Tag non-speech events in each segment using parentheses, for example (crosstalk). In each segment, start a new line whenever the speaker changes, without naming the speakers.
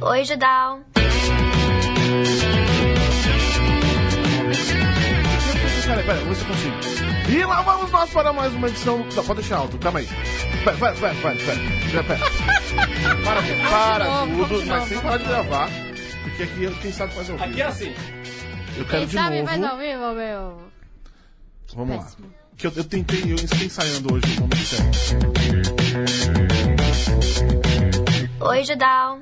Beijo, Dal.
Peraí, peraí, vamos ver se eu consigo. E lá vamos nós para mais uma edição. do- Não, pode deixar alto, calma aí. Pera, pera, pera, pera, pera. pera, pera.
(laughs)
Para, aqui, para
novo,
tudo,
de
mas
novo,
sem
vamos
parar de
de
gravar. Porque aqui eu- quem sabe fazer ao vivo.
Aqui é assim.
Eu quero
Quem
de
sabe
novo.
faz ao vivo, meu.
Vamos lá.
Péssimo.
Que eu, eu tentei, eu estou ensaiando hoje, vamos ver se é.
Oi, Judal.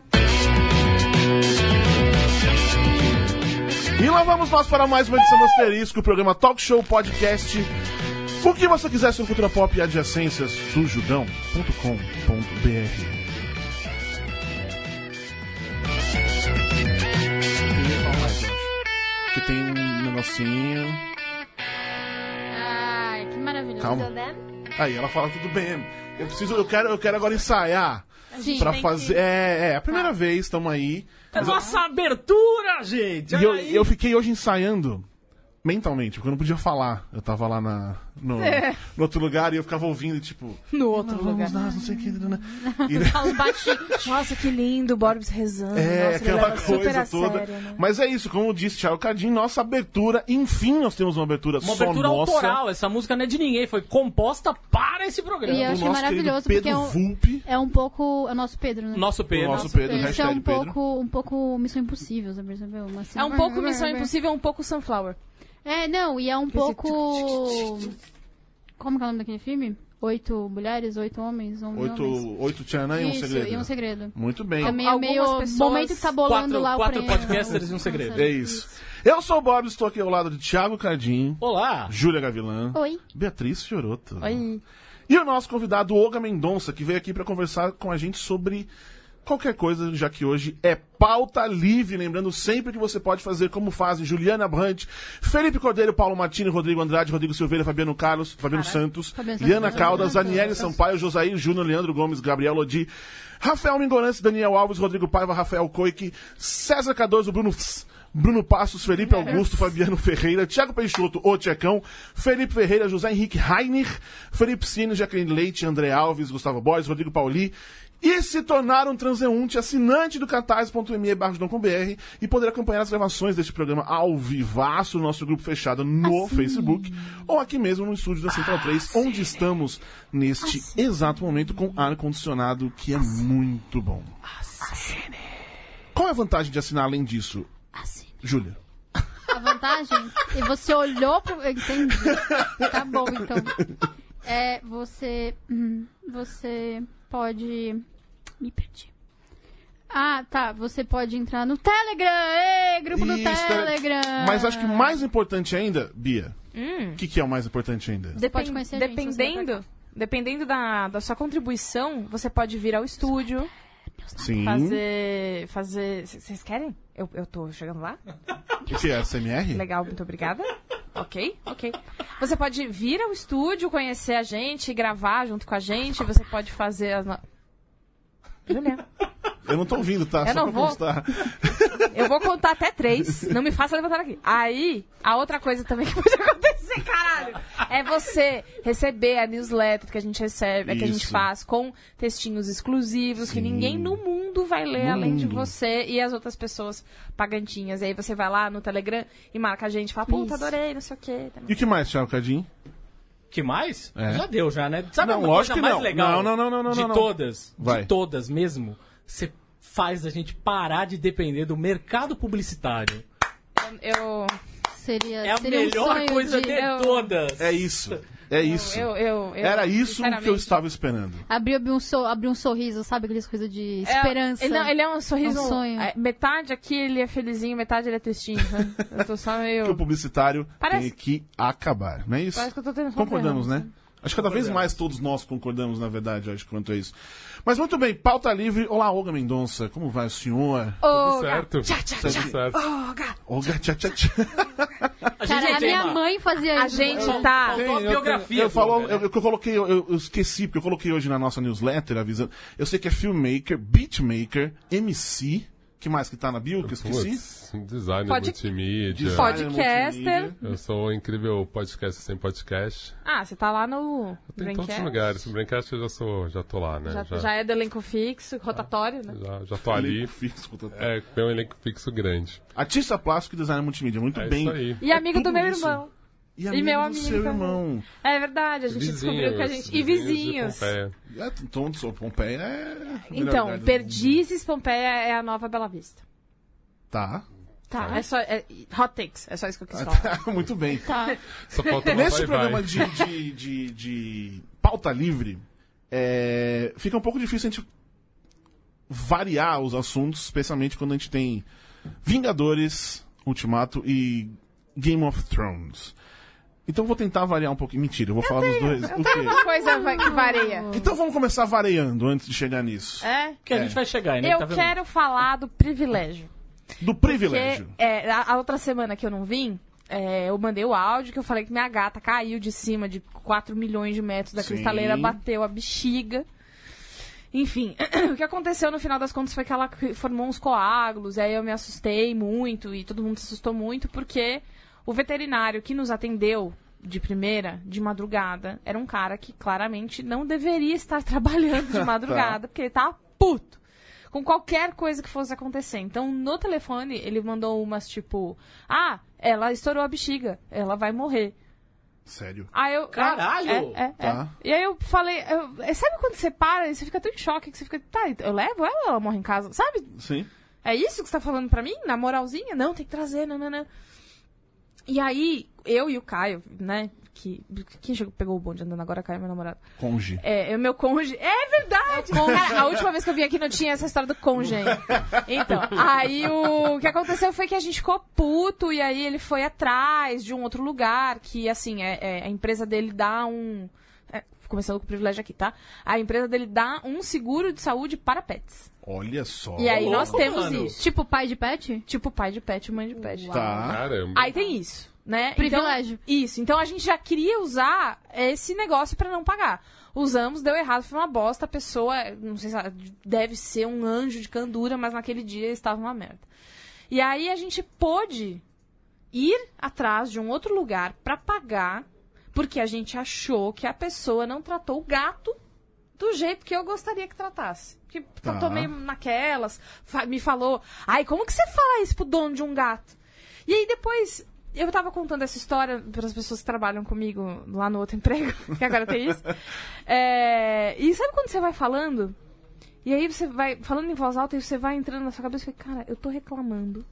E lá vamos nós para mais uma edição do Asterisco, o programa Talk Show Podcast. O que você quiser sobre cultura pop e adjacências, sujudão.com.br. Que tem um negocinho.
Ai, que maravilhoso. né?
Calma.
Tudo bem?
Aí ela fala tudo bem. Eu preciso, eu quero, eu quero agora ensaiar
Sim.
Pra
tem-
fazer. É, é, a primeira vez, estamos aí.
É nossa abertura, gente!
E eu,
Aí.
eu fiquei hoje ensaiando mentalmente, porque eu não podia falar. Eu tava lá na, no, no outro lugar e eu ficava ouvindo, e tipo,
É. No outro
vamos
lugar.
nós, não sei o que. né? E-
Fala baixinho.
Nossa, que lindo, Borbs rezando.
é,
Nossa, ele
aquela
leva super
coisa
a
toda.
sério, né?
Mas é isso, como disse Thiago Cadinho, nossa abertura, enfim, nós temos uma abertura
Uma
só
abertura
nossa.
autoral, essa música não é de ninguém, foi composta para esse programa.
E eu
do
achei
nosso
maravilhoso,
querido
porque
Pedro
é um-
Vulpe.
É um pouco. É o nosso Pedro, né?
Nosso
O
Pedro.
nosso Pedro,
Isso é
hashtag
um
Pedro.
pouco, um pouco Missão Impossível, você percebeu? Uma
É um
cena-
pouco Missão Impossível, um pouco Sunflower.
É, não, e é um pouco. Como que é o nome daquele filme? Oito mulheres, oito homens, onze homens.
Oito, oito Tchanã e um
Isso,
segredo.
e um segredo.
Muito bem.
É meio,
Algumas
meio
pessoas-
momento que tá bolando
Quatro-
lá
quatro
o prêmio.
podcasters e um segredo.
É isso. Eu sou o Bob, estou aqui ao lado de Thiago Cardim,
Olá!
Júlia Gavilan,
Oi.
Beatriz Fioroto.
Oi.
E o nosso convidado, Olga Mendonça, que veio aqui para conversar com a gente sobre qualquer coisa, já que hoje é pauta livre. Lembrando sempre que você pode fazer como fazem Juliana Brandt, Felipe Cordeiro, Paulo Martini, Rodrigo Andrade, Rodrigo Silveira, Fabiano Carlos, Fabiano Santos,
Fabiano Santos,
Liana
Fabiano
Caldas,
Santos.
Daniele Sampaio, Josair Júnior, Leandro Gomes, Gabriel Lodi, Rafael Mingorance, Daniel Alves, Rodrigo Paiva, Rafael Coic, César Cardoso, Bruno... Fs, Bruno Passos, Felipe Augusto, Fabiano Ferreira, Thiago Peixoto, O Tchecão, Felipe Ferreira, José Henrique Rainer, Felipe Sino, Jacqueline Leite, André Alves, Gustavo Borges, Rodrigo Pauli, e se tornar um transeunte assinante do catarse.me barra Judão com BR e poder acompanhar as gravações deste programa ao vivaço no nosso grupo fechado no Facebook ou aqui mesmo no estúdio da Central 3, onde estamos neste exato momento com ar-condicionado que é muito bom. Qual é a vantagem de assinar além disso, Júlia?
A vantagem? E você olhou pro. eu Entendi. Tá bom, então. É, você. hum, Você pode. Me perdi. Ah, tá. Você pode entrar no Telegram! Ê, grupo do
Isso,
Telegram!
Mas acho que o mais importante ainda, Bia, o
Hum.
que, que é o mais importante ainda?
Depen-
pode conhecer a gente, se você vai
dependendo, dependendo da, da sua contribuição, você pode vir ao estúdio,
Sim.
fazer. fazer. c- Vocês querem? Eu, eu tô chegando lá?
O que é? CMR?
Legal, muito obrigada. Ok, ok. Você pode vir ao estúdio, conhecer a gente, gravar junto com a gente, você pode fazer as. No... Julia,
Eu não tô ouvindo, tá? Só
Eu não
pra
vou.
constar.
eu vou contar até três. Não me faça levantar aqui. Aí, a outra coisa também que (laughs) pode acontecer, caralho, é você receber a newsletter que a gente recebe, que a gente
Isso.
faz com textinhos exclusivos que
Sim.
ninguém no mundo vai ler
No
além de
mundo.
você e as outras pessoas pagantinhas. Aí você vai lá no Telegram e marca a gente, fala, puta,
Isso.
adorei, não sei o quê.
E o que mais, Thiago Cadinho?
Que mais?
É.
Já deu, já, né? Sabe
Não,
uma
lógico
coisa
que
mais
não.
legal?
Não, não, não, não, não,
De
não, não.
todas,
Vai.
de todas mesmo, você faz a gente parar de depender do mercado publicitário.
Eu.
Seria,
É a
seria um
melhor
sonho
coisa
de-
de
eu-
todas.
É
(laughs)
isso. É isso.
Eu, eu, eu-
Era isso que eu
sinceramente,
estava esperando.
Abriu abriu um, so, abriu um sorriso, sabe? Aquelas coisas de
é-
esperança.
Ele, não, ele é um sorriso.
É um sonho.
é, metade aqui ele é felizinho, metade ele é textinho. né? Eu tô só
(laughs) Que o
meio.
publicitário
Parece-
tem que acabar, não é isso?
Parece que eu tô tendo
Concordamos, né? Acho que cada vez mais todos nós concordamos, na verdade, acho, quanto a isso. Mas muito bem, pauta livre. Olá, Olga Mendonça, como vai o senhor?
Ô,
certo?
Tchá, tchá,
Tudo
tchá.
certo.
Ô, gato.
Olga, tchá, tchá, tchá.
é A gente
Cara, é a
tem
minha
uma-
mãe fazia isso.
A gente
eu-
tá.
Tem um uma
eu-
biografia
Eu,
do
falo,
Olga,
eu,
né?
eu coloquei, eu, eu esqueci, porque eu coloquei hoje na nossa newsletter avisando. Eu sei que é filmmaker, beatmaker, MC, que mais que tá na bio que eu esqueci?
Putz, designer
Pode-
multimídia.
Pode-
Designer,
Podcaster.
multimídia.
Eu sou um incrível podcast sem podcast.
Ah, você tá lá no
Tem em todos os
Braincast?
lugares. O Braincast eu já, sou, já É tô lá, né?
Já, já é do elenco fixo, rotatório, né?
já, já tô ali.
Elenco fixo, total.
É, tem um elenco fixo grande.
Artista plástico e designer multimídia. Muito
É
bem.
isso aí.
E amigo do
tudo
meu
isso.
irmão.
E,
meu
do
amigo
seu
também.
irmão.
É verdade, a gente descobriu que a gente. E vizinhos.
de Pompeia.
É, então, sou Pompeia é. a melhor
Então,
idade do mundo.
Perdizes Pompeia é a nova Bela Vista.
Tá.
Tá. É só. é- hot takes, é só isso que eu quis falar.
Ah, tá, (laughs) Muito bem.
Só falta uma
Nesse
vai,
programa
vai.
de, de, de, de pauta livre, é, fica um pouco difícil a gente variar os assuntos, especialmente quando a gente tem Vingadores, Ultimato e Game of Thrones. Então eu vou tentar variar um pouquinho. Mentira, eu vou falar dos dois. O quê?
Uma coisa va- que varia.
Então vamos começar variando antes de chegar nisso.
É?
Que a gente vai chegar aí, né?
Eu
Tá vendo?
quero falar do privilégio.
Do
Porque
privilégio.
é, a, a outra semana que eu não vim, é, eu mandei o áudio que eu falei que minha gata caiu de cima de 4 milhões de metros da
Sim.
cristaleira, bateu a bexiga. Enfim, (clears throat) o que aconteceu no final das contas foi que ela cri- formou uns coágulos, e aí eu me assustei muito e todo mundo se assustou muito, porque o veterinário que nos atendeu de primeira, de madrugada, era um cara que claramente não deveria estar (laughs) trabalhando de madrugada, porque ele tá puto com qualquer coisa que fosse acontecer. Então, no telefone, ele mandou umas tipo: Ah, ela estourou a bexiga, ela vai morrer.
Sério.
Aí eu.
Caralho!
É, é, é.
Tá.
E aí eu falei, eu- é, sabe quando você para e você fica tão em choque que você fica, tá, eu levo ela, ela morre em casa, sabe?
Sim.
É isso que você tá falando pra mim? Na moralzinha? Não, tem que trazer, nananã. E aí, eu e o Caio, né, que, quem chegou, pegou o bonde andando agora, Caio é meu namorado.
Conge.
É, é o meu cônjuge. É verdade! Cara, a última vez que eu vim aqui não tinha essa história do cônjuge ainda. Então, aí o que aconteceu foi que a gente ficou puto e aí ele foi atrás de um outro lugar que, assim, é, é- a empresa dele dá um. é, começando com o privilégio aqui, tá? A empresa dele dá um seguro de saúde para pets.
Olha só.
e aí nós
louco,
temos
mano.
isso.
Tipo pai de pet?
Tipo pai de pet, mãe de pet.
Tá.
Caramba.
Aí tem isso, né?
Privilégio.
Então, isso. Então a gente já queria usar esse negócio pra não pagar. Usamos, deu errado, foi uma bosta. A pessoa, não sei se ela deve ser um anjo de candura, mas naquele dia estava uma merda. E aí a gente pôde ir atrás de um outro lugar pra pagar, porque a gente achou que a pessoa não tratou o gato do jeito que eu gostaria que tratasse. Que
Tá.
tratou meio naquelas, fa- me falou, ai, como que você fala isso pro dono de um gato? E aí depois, eu tava contando essa história para as pessoas que trabalham comigo lá no outro (laughs) emprego, que agora tem isso. É, e sabe quando você vai falando? E aí você vai falando em voz alta e você vai entrando na sua cabeça e fala, cara, eu tô reclamando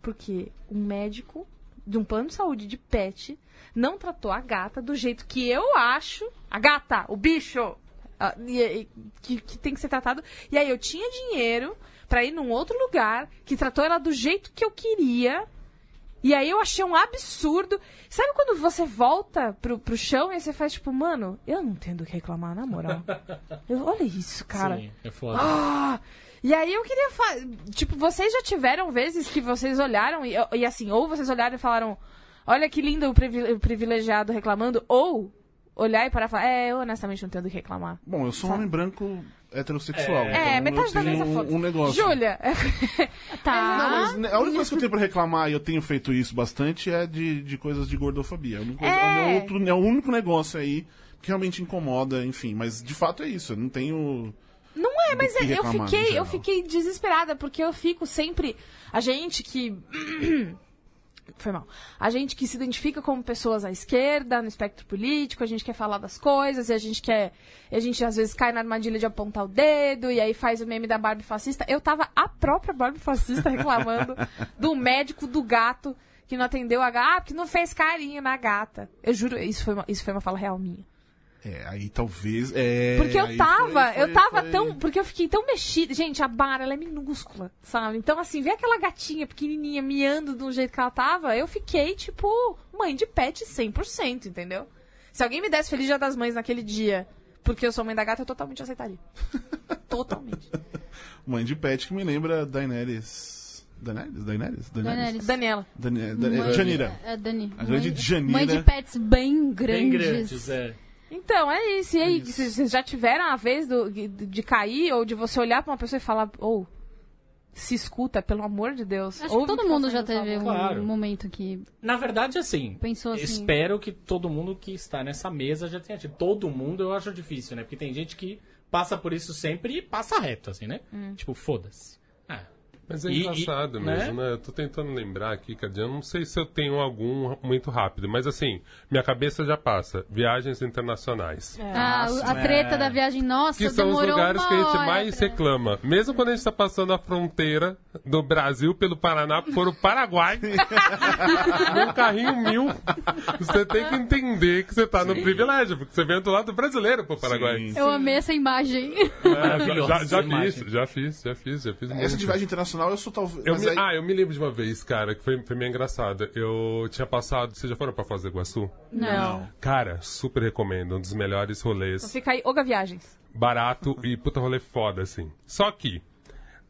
porque um médico de um plano de saúde de pet não tratou a gata do jeito que eu acho. A gata, o bicho! ah, e- e- que, que tem que ser tratado. E aí eu tinha dinheiro pra ir num outro lugar que tratou ela do jeito que eu queria. E aí eu achei um absurdo. Sabe quando você volta pro, pro chão e aí você faz tipo, mano, eu não tenho do que reclamar, na moral. Eu- olha isso, cara.
Sim, é foda.
Ah! E aí eu queria fa- Tipo, vocês já tiveram vezes que vocês olharam e, e assim, ou vocês olharam e falaram, olha que lindo o privi- o privilegiado reclamando, ou olhar e parar e falar, é, eu honestamente não tenho do que reclamar.
Bom, eu sou um homem branco heterossexual.
É,
então
metade
eu
da
tenho
mesa
um,
foda-se. ah,
um negócio.
Júlia, (laughs) é
Tá.
Não, mas ne- a única coisa que eu tenho pra reclamar, e eu tenho feito isso bastante, é de, de coisas de gordofobia. É, uma coisa- é o
É.
meu outro, é o único negócio aí que realmente incomoda, enfim. Mas de fato é isso, eu não tenho.
Não é, mas
que
é- eu
reclamar, no
fiquei, eu
geral.
fiquei desesperada, porque eu fico sempre. A gente que. (clears throat) Foi mal. A gente que se identifica como pessoas à esquerda, no espectro político, a gente quer falar das coisas, e a gente quer. e a gente às vezes cai na armadilha de apontar o dedo, e aí faz o meme da Barbie fascista. Eu tava a própria Barbie fascista (laughs) reclamando do médico do gato que não atendeu a gata, ah, porque não fez carinho na gata. Eu juro, isso foi uma, isso foi uma fala real minha.
É, aí talvez. É,
Porque eu
aí
tava,
foi-
eu
foi-
tava
foi-
tão. Porque eu fiquei tão mexida. Gente, a Bara, ela é minúscula, sabe? Então, assim, ver aquela gatinha pequenininha miando do jeito que ela tava, eu fiquei, tipo, mãe de pet 100%, entendeu? Se alguém me desse Feliz Dia das Mães naquele dia, porque eu sou mãe da gata, eu
(laughs)
totalmente aceitaria. totalmente.
Mãe de pet que me lembra Daenerys. Daenerys? Daenerys? Daenerys?
Daenerys.
Daniela.
Dane- Dane-
Mãe-
Janira.
É, Dani.
A grande
Mãe-
Janira.
Mãe de pets bem grandes.
Bem grandes, é.
Então, é isso. E aí, vocês vocês já tiveram a vez do, de, de cair ou de você olhar pra uma pessoa e falar, ou. se escuta, pelo amor de Deus.
Acho que
Ouve o
todo
tá
mundo já
saindo da
teve um
boca.
Claro.
momento que
Na verdade, assim,
pensou assim.
espero que todo mundo que está nessa mesa já tenha tido. Todo mundo eu acho difícil, né? Porque tem gente que passa por isso sempre e passa reto, assim, né?
Hum.
Tipo, foda-se. Ah,
Mas é
E- e-
engraçado
né?
mesmo, né? Eu tô tentando lembrar aqui, Cadê? Eu não sei se eu tenho algum muito rápido, mas assim, minha cabeça já passa. Viagens
É.
internacionais.
Ah,
Nossa,
a treta
é.
da viagem, nossa,
Que são os
demorou
lugares
uma
que a gente
hora
mais
pra-
reclama. Mesmo quando a gente tá passando a fronteira do Brasil pelo Paraná por o Paraguai. num carrinho né? mil. Você tem que entender que você tá no privilégio, porque você vem do lado brasileiro pro Paraguai. Ah,
Sim.
Eu amei essa imagem.
Maravilhoso,
Já, já
imagem.
fiz, já fiz, já fiz, já fiz.
Essa
muito.
de viagem internacional eu sou talvez.
Eu
mas
me-
aí-
Ah, eu me lembro de uma vez, cara, que foi, foi meio engraçado. Eu tinha passado. Vocês já foram pra Foz do Iguaçu?
um-
Não.
Cara, super recomendo. Um dos melhores
Então
rolês.
Fica aí, Oga Viagens.
Barato e puta rolê foda, assim. Só que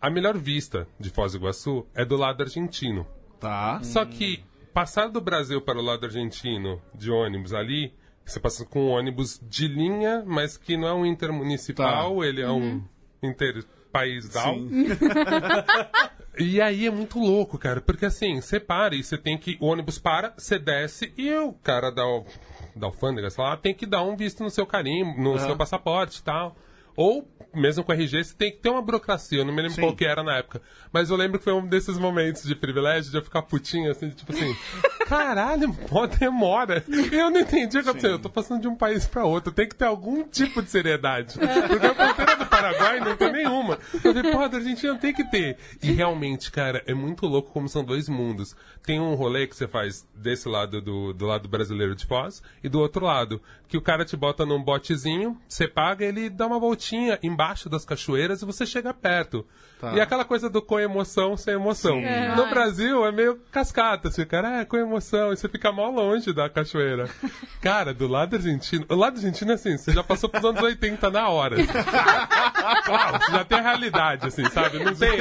a melhor vista de Foz do Iguaçu é do lado argentino.
Tá.
Só que passar do Brasil para o lado argentino de ônibus ali, você passa com um ônibus de linha, mas que não é um intermunicipal, ele é um interpaís
Tá. Uhum. Sim.
(laughs) e aí é muito louco, cara, porque assim, você para e você tem que. O ônibus para, você desce e o cara da, al- da alfândega, sei lá, tem que dar um visto no seu carimbo, no seu passaporte e tal. Ou, mesmo com RG, você tem que ter uma burocracia. Eu não me lembro
Sim.
qual que era na época. Mas eu lembro que foi um desses momentos de privilégio de eu ficar putinho, assim, de, tipo assim, caralho, mó demora. Eu não entendi o que aconteceu. Eu tô passando de um país pra outro. Tem que ter algum tipo de seriedade. Porque a fronteira do Paraguai não tem nenhuma. Eu falei, porra, da Argentina tem que ter. E realmente, cara, é muito louco como são dois mundos. Tem um rolê que você faz desse lado do, do lado brasileiro de Foz e do outro lado, que o cara te bota num botezinho, você paga, ele dá uma voltinha embaixo das cachoeiras e você chega perto. E aquela coisa do com emoção, sem emoção. no Brasil é meio cascata, assim, cara, é com emoção, e você fica mal longe da cachoeira. cara, do lado argentino, o lado argentino é assim, você já passou pros anos 80 na hora. assim. Uau, você já tem a realidade, assim, sabe? Não tem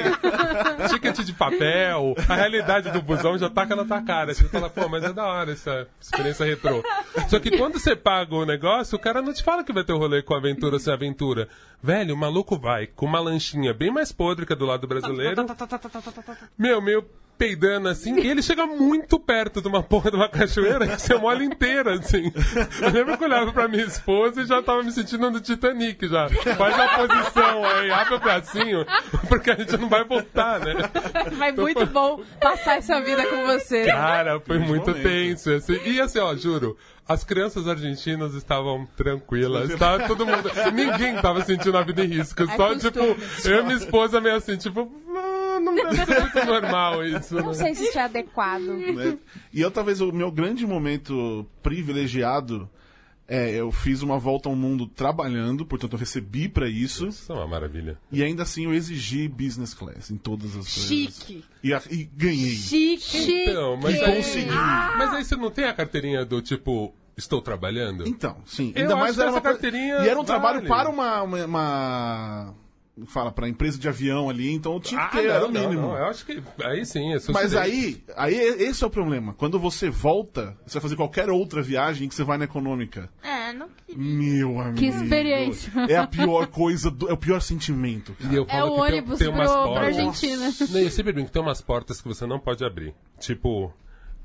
ticket de papel, a realidade do busão já taca na tua cara. Você fala, pô, mas é da hora essa experiência retrô. Só que quando você paga o negócio, o cara não te fala que vai ter o rolê com aventura sem aventura. Velho, o maluco vai com uma lanchinha bem mais podre que a do lado brasileiro. Meu, meu peidando assim, e ele chega muito perto de uma porra de uma cachoeira que você molha inteira, assim. Eu lembro que eu olhava pra minha esposa e já tava me sentindo no Titanic já. Faz a posição aí, abre o bracinho, porque a gente não vai voltar, né?
Vai muito bom passar essa vida com você.
Cara, foi muito
momento.
tenso. assim. E assim, ó, juro, as crianças argentinas estavam tranquilas. Tava todo mundo. Ninguém tava sentindo a vida em risco.
É
só, tipo,
costume.
eu e minha esposa meio assim, tipo, "Ah, não deve ser muito normal isso.
Não
né?"
sei se isso é adequado.
né? E eu, talvez, o meu grande momento privilegiado é eu fiz uma volta ao mundo trabalhando, portanto, eu recebi pra isso.
Isso é uma maravilha.
E ainda assim eu exigi business class em todas as
Chique.
coisas. E, a- e ganhei.
Chique.
Então, mas
E
aí, Ah!
consegui.
mas aí você não tem a carteirinha do tipo, estou trabalhando?
Então, sim.
Eu
ainda
acho
mais
que
era
essa
uma coisa-
carteirinha
E era um trabalho
vale.
para uma. uma, uma- Fala, para empresa de avião ali, então eu tinha que ter,
é
era o mínimo.
Ah, não, eu acho que aí sim, é
Então,
Mas
sucesso.
aí, aí esse é o problema. Quando você volta, você vai fazer qualquer outra viagem que você vai na econômica.
É, não
Meu amigo.
Que experiência.
É a pior coisa, do- é o pior sentimento. cara.
E eu
É
falo
o
que tem- um-
ônibus
tem umas
pro, pra
portas-
Argentina.
Não, eu sempre brinco, tem umas portas que você não pode abrir. Tipo,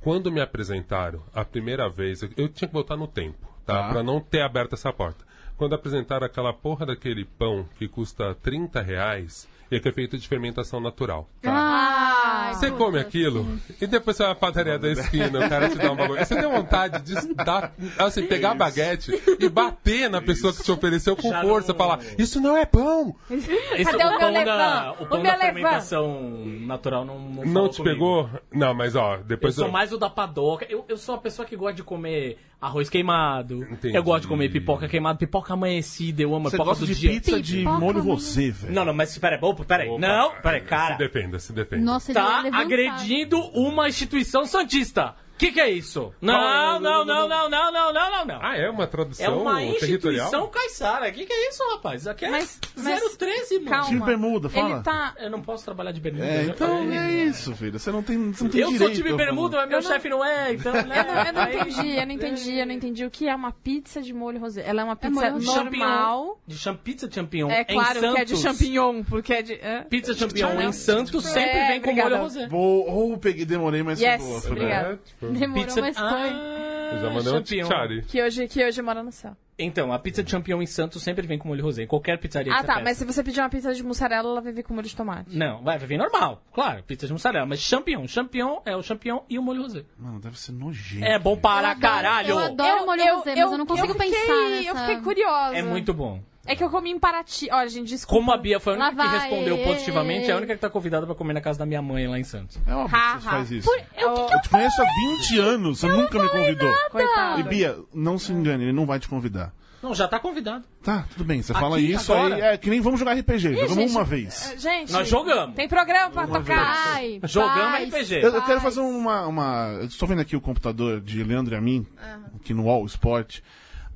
quando me apresentaram a primeira vez, eu, eu tinha que voltar no tempo, tá?
Tá.
Pra não ter aberto essa porta. Quando apresentaram aquela porra daquele pão que custa 30 reais e que é feito de fermentação natural.
Ai,
Tá. Você
puta.
come aquilo e depois você vai à padaria da esquina, o cara te dá um bagulho. Você tem vontade de dar, assim, pegar a baguete e bater na pessoa que te ofereceu com
Já
força,
não-
falar: Isso não é pão!
Esse
Cadê
o
o meu
pão
levan?
da, o
O
pão
meu
da
levan?
fermentação natural não Não,
Não
falou
te
comigo.
pegou? é. Não, mas ó,
Eu
depois
sou mais o da padoca. Eu, eu sou uma pessoa que gosta de comer arroz queimado.
Entendi.
Eu gosto de comer pipoca queimada, pipoca amanhecida. Eu amo a
Você
pipoca
gosta
do
de
dia.
pizza de
Pipoca,
molho
né?
rosé, velho.
Não, não, mas peraí, opa, peraí.
Opa,
não, peraí,
Se
cara.
defenda, se defenda.
né?
Nossa, ele vai
Tá
levantar.
agredindo uma instituição santista. que, que é isso? Não, não, não, não, não, não, não, não, não.
Ah, é uma
É
tradução
uma instituição
territorial?
caiçara. Que que é isso, rapaz? Aqui é
Mas- mas-
013, mano.
calma.
Tira bermuda,
Então,
fala.
Ele tá.
Eu não posso trabalhar de bermuda.
É,
eu já
então
falei. né?
é isso, filho. Você não tem, você não tem
Eu
direito.
sou time
eu falo.
bermuda, mas meu chefe não é, então... Né?
(laughs) Eu não, eu não
Aí-
entendi, eu não entendi, eu não entendi o que é uma pizza de molho rosé. Ela é uma pizza
molho rosé.
normal.
De cham- pizza de champignon.
É
em
claro que é de
Santos.
champignon, porque é de. hã?
Pizza champignon em Santos sempre
É,
vem com
obrigada.
molho rosé.
Vou, ou peguei, demorei, mas
Yes,
boa, foi
obrigada.
É, tipo,
Demorou,
Pizza...
mas foi.
Ah,
(laughs) eu já mandei um
champignon.
tchari.
Que hoje, que hoje mora no céu.
Então, a pizza de champignon em Santos sempre vem com molho rosé. Em qualquer pizzaria
Ah
que você
tá,
peça.
mas se você pedir uma pizza de mussarela, ela vai vir com molho de tomate.
Não, vai, vai vir normal. Claro, pizza de mussarela. Mas champignon. Champignon é o champignon e o molho rosé.
bom. Mano, deve ser nojento.
É bom
Eu
para
adoro-
caralho.
Eu adoro molho rosé, mas eu não consigo
fiquei-
pensar
Eu
nessa-
fiquei curiosa.
É muito bom.
É que eu comi em Paraty. Ó, gente, desculpa.
Como a Bia foi a única
Lá
que
vai
respondeu
ele.
positivamente, é a única que tá convidada pra comer na casa da minha mãe lá em Santos.
É óbvio
Ha,
que você
ha.
faz isso.
Por- Eu, É que que
Eu te conheço há 20 anos, você nunca me convidou.
Coitado.
E Bia, não se engane, ele não vai te convidar.
Não, já tá convidado.
Tá, tudo bem, você fala
Aqui,
isso
agora?
aí. É que nem vamos jogar RPG, jogamos
gente,
uma vez.
Gente,
Nós jogamos.
tem programa pra tocar.
Ai,
Jogamos
paz.
RPG.
Eu, eu quero fazer uma, uma. eu Estou vendo aqui o computador de Leandro e a mim, aqui no All Sport.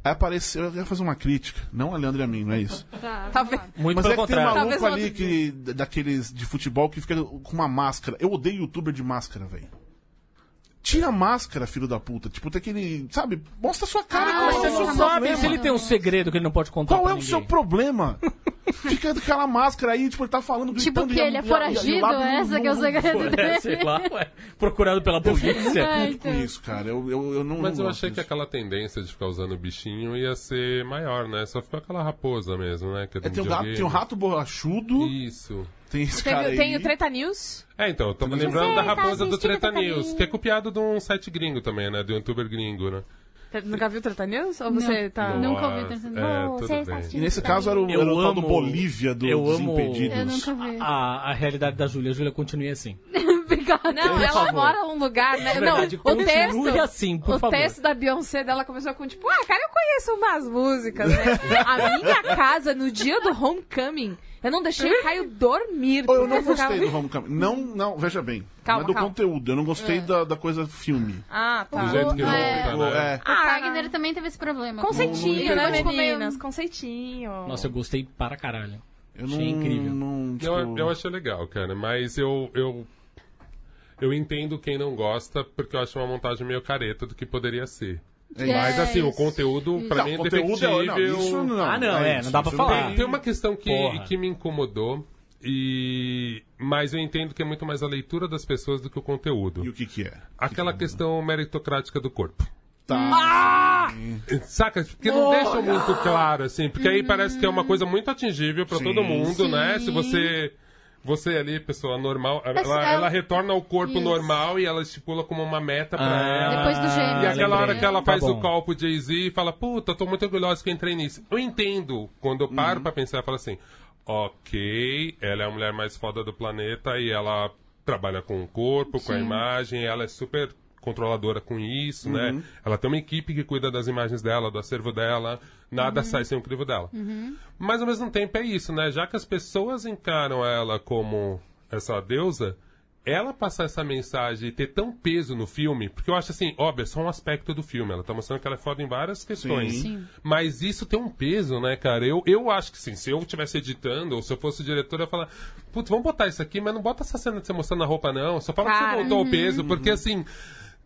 Aí apareceu, eu quero fazer uma crítica. Não a Leandro e a mim, não é isso.
Talvez.
Muito
Mas
pelo
é que tem um
contrário.
maluco
Talvez no
ali
outro
que, daqueles de futebol que fica com uma máscara. Eu odeio youtuber de máscara, velho. Tira a máscara, filho da puta. Tipo, tem aquele. Sabe? Mostra a sua cara.
Ah,
qual
Mas
é o
você
seu
não
Não,
sabe
problema?
se ele tem um segredo que ele não pode contar
Qual
pra
é o
ninguém.
seu problema? Fica com aquela máscara aí, tipo, ele tá falando
Tipo
gritando
que
e a- tá
ele é
e a- e a- e o
foragido,
lábio não-
essa que é o
não-
segredo
(laughs) É, sei
dele.
lá, ué. Procurado pela polícia.
Ah,
com
então.
É tipo isso, cara. Eu, eu, eu não.
Mas
Hum,
não
eu
gosto
achei que
disso.
aquela tendência de ficar usando o bichinho ia ser maior, né? Só ficou aquela raposa mesmo, né? Que
É, tem, um gato,
videogame.
tem um rato borrachudo,
Isso.
tem esse cara
Tem,
aí.
tem o Treta News.
É, então, eu tô me
Você
lembrando
tá
da raposa do
assistindo
Treta
Treta
News,
News.
que é copiado de um site gringo também, né? De um youtuber gringo, né?
Nunca viu o Treta News? Ou você tá.
Não. Nunca ouvi
Nossa,
Treta News.
É,
Não,
tudo
você tá
bem.
E nesse caso era o,
Eu
era o tal do
amo-
Bolívia do
eu amo-
Desimpedidos.
Eu nunca vi.
Ah.
A, a realidade da Júlia. A Júlia continue assim.
Obrigada.
Não, ela mora num lugar, né?
Na
Não,
É verdade,
o
continue
texto.
assim, por
o
favor.
texto da Beyoncé dela começou com tipo, ah, cara, eu conheço umas músicas, né? A minha casa, no dia do homecoming, eu não deixei o Caio dormir.
Oh, eu
porque
não
ficava-
gostei do Homecoming. Não, não, veja bem.
Calma,
mas do
calma.
conteúdo. Eu não
É.
gostei da, da coisa filme.
Ah, tá. Ah,
Do jeito que
Ah, é.
volta, né?
É.
O Wagner também teve esse problema.
Conceitinho, né,
Não, tipo, meio-
meninas? Conceitinho.
Nossa, eu gostei para caralho.
Eu não,
Achei incrível.
não, tipo,
Eu, eu achei legal, cara, mas eu, eu, eu entendo quem não gosta, porque eu acho uma montagem meio careta do que poderia ser.
é isso.
Mas
É,
assim, o
isso.
conteúdo, pra
Não,
mim, é
conteúdo é. Não,
defectível.
isso não.
Ah, não, é,
isso,
não dá pra
isso
falar.
Tem, tem uma questão que,
Porra.
que me incomodou, e... mas eu entendo que é muito mais a leitura das pessoas do que o
E
conteúdo.
o que que é?
Aquela questão meritocrática do corpo.
Ah!
Tá.
Saca? Porque não deixa muito claro, assim. Porque aí parece que é uma coisa muito atingível pra
Sim.
todo mundo, né? Se você. Você ali, pessoa normal, ela,
é-
ela retorna ao corpo
Isso.
normal e ela estipula como uma meta pra ela.
Depois do gêmeo.
E aquela hora
Ah, lembrei.
que ela
Tá
faz
bom.
o call pro Jay-Z e fala, puta, eu tô muito orgulhosa que eu entrei nisso. Eu entendo quando eu paro pra pensar, eu falo assim, ok, ela é a mulher mais foda do planeta e ela trabalha com o corpo, com a imagem, ela é super controladora com isso, né? Ela tem uma equipe que cuida das imagens dela, do acervo dela, nada sai sem o crivo dela. Mas ao mesmo tempo é isso, né? Já que as pessoas encaram ela como essa deusa, ela passar essa mensagem e ter tão peso no filme, porque eu acho assim, óbvio, é só um aspecto do filme. Ela tá mostrando que ela é foda em várias questões. Mas isso tem um peso, né, cara? Eu, eu acho que sim. Se eu estivesse editando, ou se eu fosse diretor, eu ia falar, putz, vamos botar isso aqui, mas não bota essa cena de você mostrando a roupa, não. Só fala que
Cara.
você voltou ao peso, porque assim.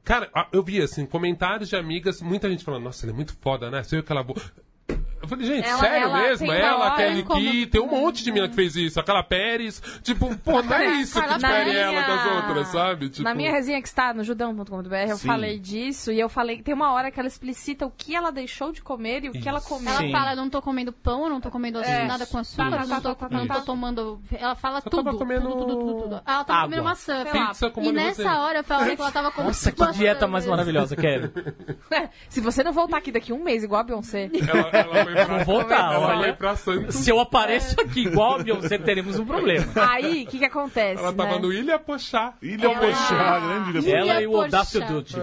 Cara, a- eu vi, assim, comentários de amigas, muita gente falando, nossa, ela é muito foda, né? Sei que ela. bo-" Eu falei, gente,
Ela-
sério
ela
mesmo?
tem
Ela,
uma
Kelly
hora
Key, tem um monte de mina que fez isso. Aquela Pérez, tipo, pô, não é isso que
Carla
difere
Pérez.
ela das outras, sabe? Tipo,
Na minha resenha que está no judão.com.br, eu
Sim.
falei disso e eu falei que tem uma hora que ela explicita o que ela deixou de comer e o que ela comeu.
Ela
(laughs)
Sim.
fala, não tô comendo pão, eu não tô comendo
É.
nada com açúcar,
Tá, tá,
não, tô,
tá, tá,
não
tá.
tô tomando... Ela fala
tava
tudo, tudo,
comendo
tudo, tudo, tudo. Ela tava
água.
comendo maçã.
Sei
sei lá.
pizza com
e
molho
nessa
rosé.
hora, foi a hora que ela tava comendo
Nossa, que
maçã. né?
dieta mais maravilhosa, Kevin.
(laughs)
Se você não voltar aqui daqui um mês igual a Beyoncé,
Ela, ela foi
(laughs) Vou voltar,
Ela foi
olha.
pra Santos.
Se eu apareço aqui igual a Beyoncé, teremos um problema.
Aí, o que que acontece,
Ela
né?
tava no Ilha Pochá.
Ilha
Ela-
Pochá, grande Ilha Pochá.
Ela e o
poxa.
Audácio Dutti.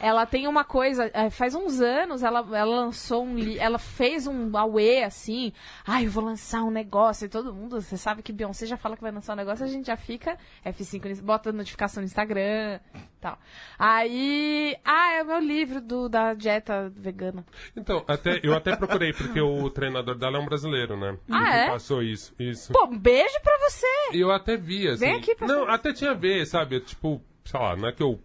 Ela tem uma coisa, é, faz uns anos ela, ela lançou um, li- ela fez um auê assim, ai, eu vou lançar um negócio, e todo mundo, você sabe que Beyoncé já fala que vai lançar um negócio, a gente já fica F5, nisso, bota notificação no Instagram, tal. Aí, ah, é o meu livro do, da dieta vegana.
Então, até, eu até procurei, porque o treinador dela é um brasileiro, né?
Ah,
Ele
é?
Passou isso, isso.
Pô, um beijo pra você!
E eu até vi, assim.
Vem aqui pra
Não,
frente.
até tinha a ver, sabe? Tipo, sei lá, não é que eu.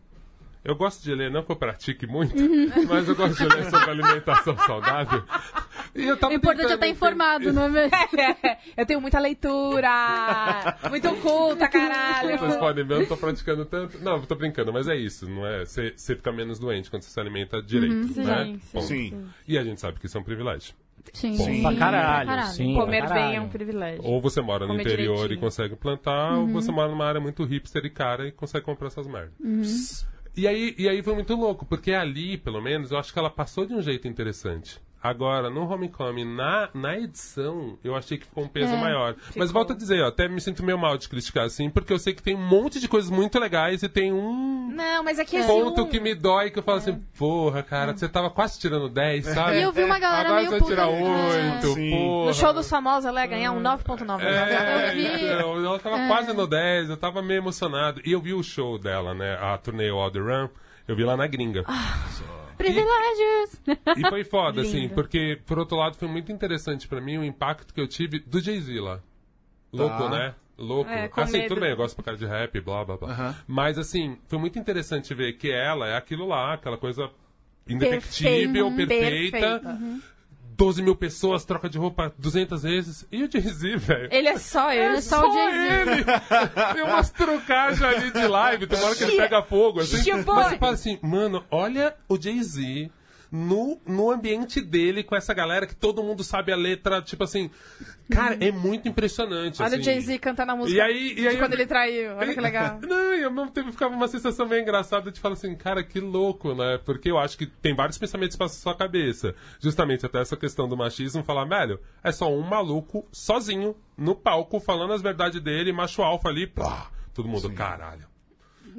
Eu gosto de ler, não que eu pratique muito,
Uhum.
mas eu gosto de ler sobre alimentação
(laughs)
saudável. E eu
O
tava
importante é
tá
tentando
estar
né?
informado, não é mesmo?
(laughs) eu tenho muita leitura! Muito culta, caralho!
Vocês podem ver, eu não tô praticando tanto. Não, eu tô brincando, mas é isso, não é? Você você fica menos doente quando você se alimenta direito, né?
Uhum, sim, sim.
Bom,
é Sim.
E a gente sabe que isso é um privilégio.
Sim.
Pra caralho,
Caralho.
sim.
Comer
pra
bem é
caralho.
um privilégio.
Ou você mora no
Comer
interior
direitinho. Uhum.
e consegue plantar, ou você mora numa área muito hipster e cara e consegue comprar essas merdas.
Uhum.
E, aí, e aí foi muito louco, porque ali, pelo menos, eu acho que ela passou de um jeito interessante. Agora, no Homecoming, na, na edição, eu achei que ficou um
É,
peso maior. Mas volto a dizer, eu até me sinto meio mal de criticar, assim, porque eu sei que tem um monte de coisas muito legais e tem um
Não, mas aqui é assim,
ponto
um-
que me dói, que eu falo assim, porra, cara, você tava quase tirando 10, sabe?
É. E eu vi uma galera
Agora
meio
você vai
puta.
tirar
É.
8,
Sim.
porra.
No show dos famosos, ela ia ganhar um 9.9.
Uhum. É,
Eu vi- É.
então, ela tava quase no 10, eu tava meio emocionado. E eu vi o show dela, né? A turnê All The Run, eu vi lá na gringa.
Privilégios.
E foi foda, assim, porque, por outro lado, foi muito interessante pra mim o impacto que eu tive do Jay-Z lá. Louco,
Tá.
né? Louco.
É, com
assim,
medo.
tudo bem, eu gosto pra cara de rap, blá, blá, blá.
Aham.
Mas, assim, foi muito interessante ver que ela é aquilo lá, aquela coisa indetectível, perfeita.
Uhum.
12 mil pessoas, troca de roupa 200 vezes. E o Jay-Z, (laughs) velho?
Ele é só ele.
É só o Jay-Z.
ele! (laughs) Tem umas trocagens ali de live, tem uma hora que ele
Chia-
pega fogo, assim.
Chia boy.
Mas você fala assim, mano, olha o Jay-Z no, no ambiente dele com essa galera que todo mundo sabe a letra, tipo assim. Cara, é muito impressionante.
Olha
assim.
o Jay-Z cantando a música
E aí- e aí
de quando
eu-
ele traiu. Olha que legal.
(laughs) Não, e ao mesmo tempo ficava uma sensação meio engraçada de falar assim, cara, que louco, né? Porque eu acho que tem vários pensamentos que passam na sua cabeça. Justamente até essa questão do machismo, falar, velho, é só um maluco sozinho no palco falando as verdades dele, macho alfa ali, plá, todo mundo, caralho.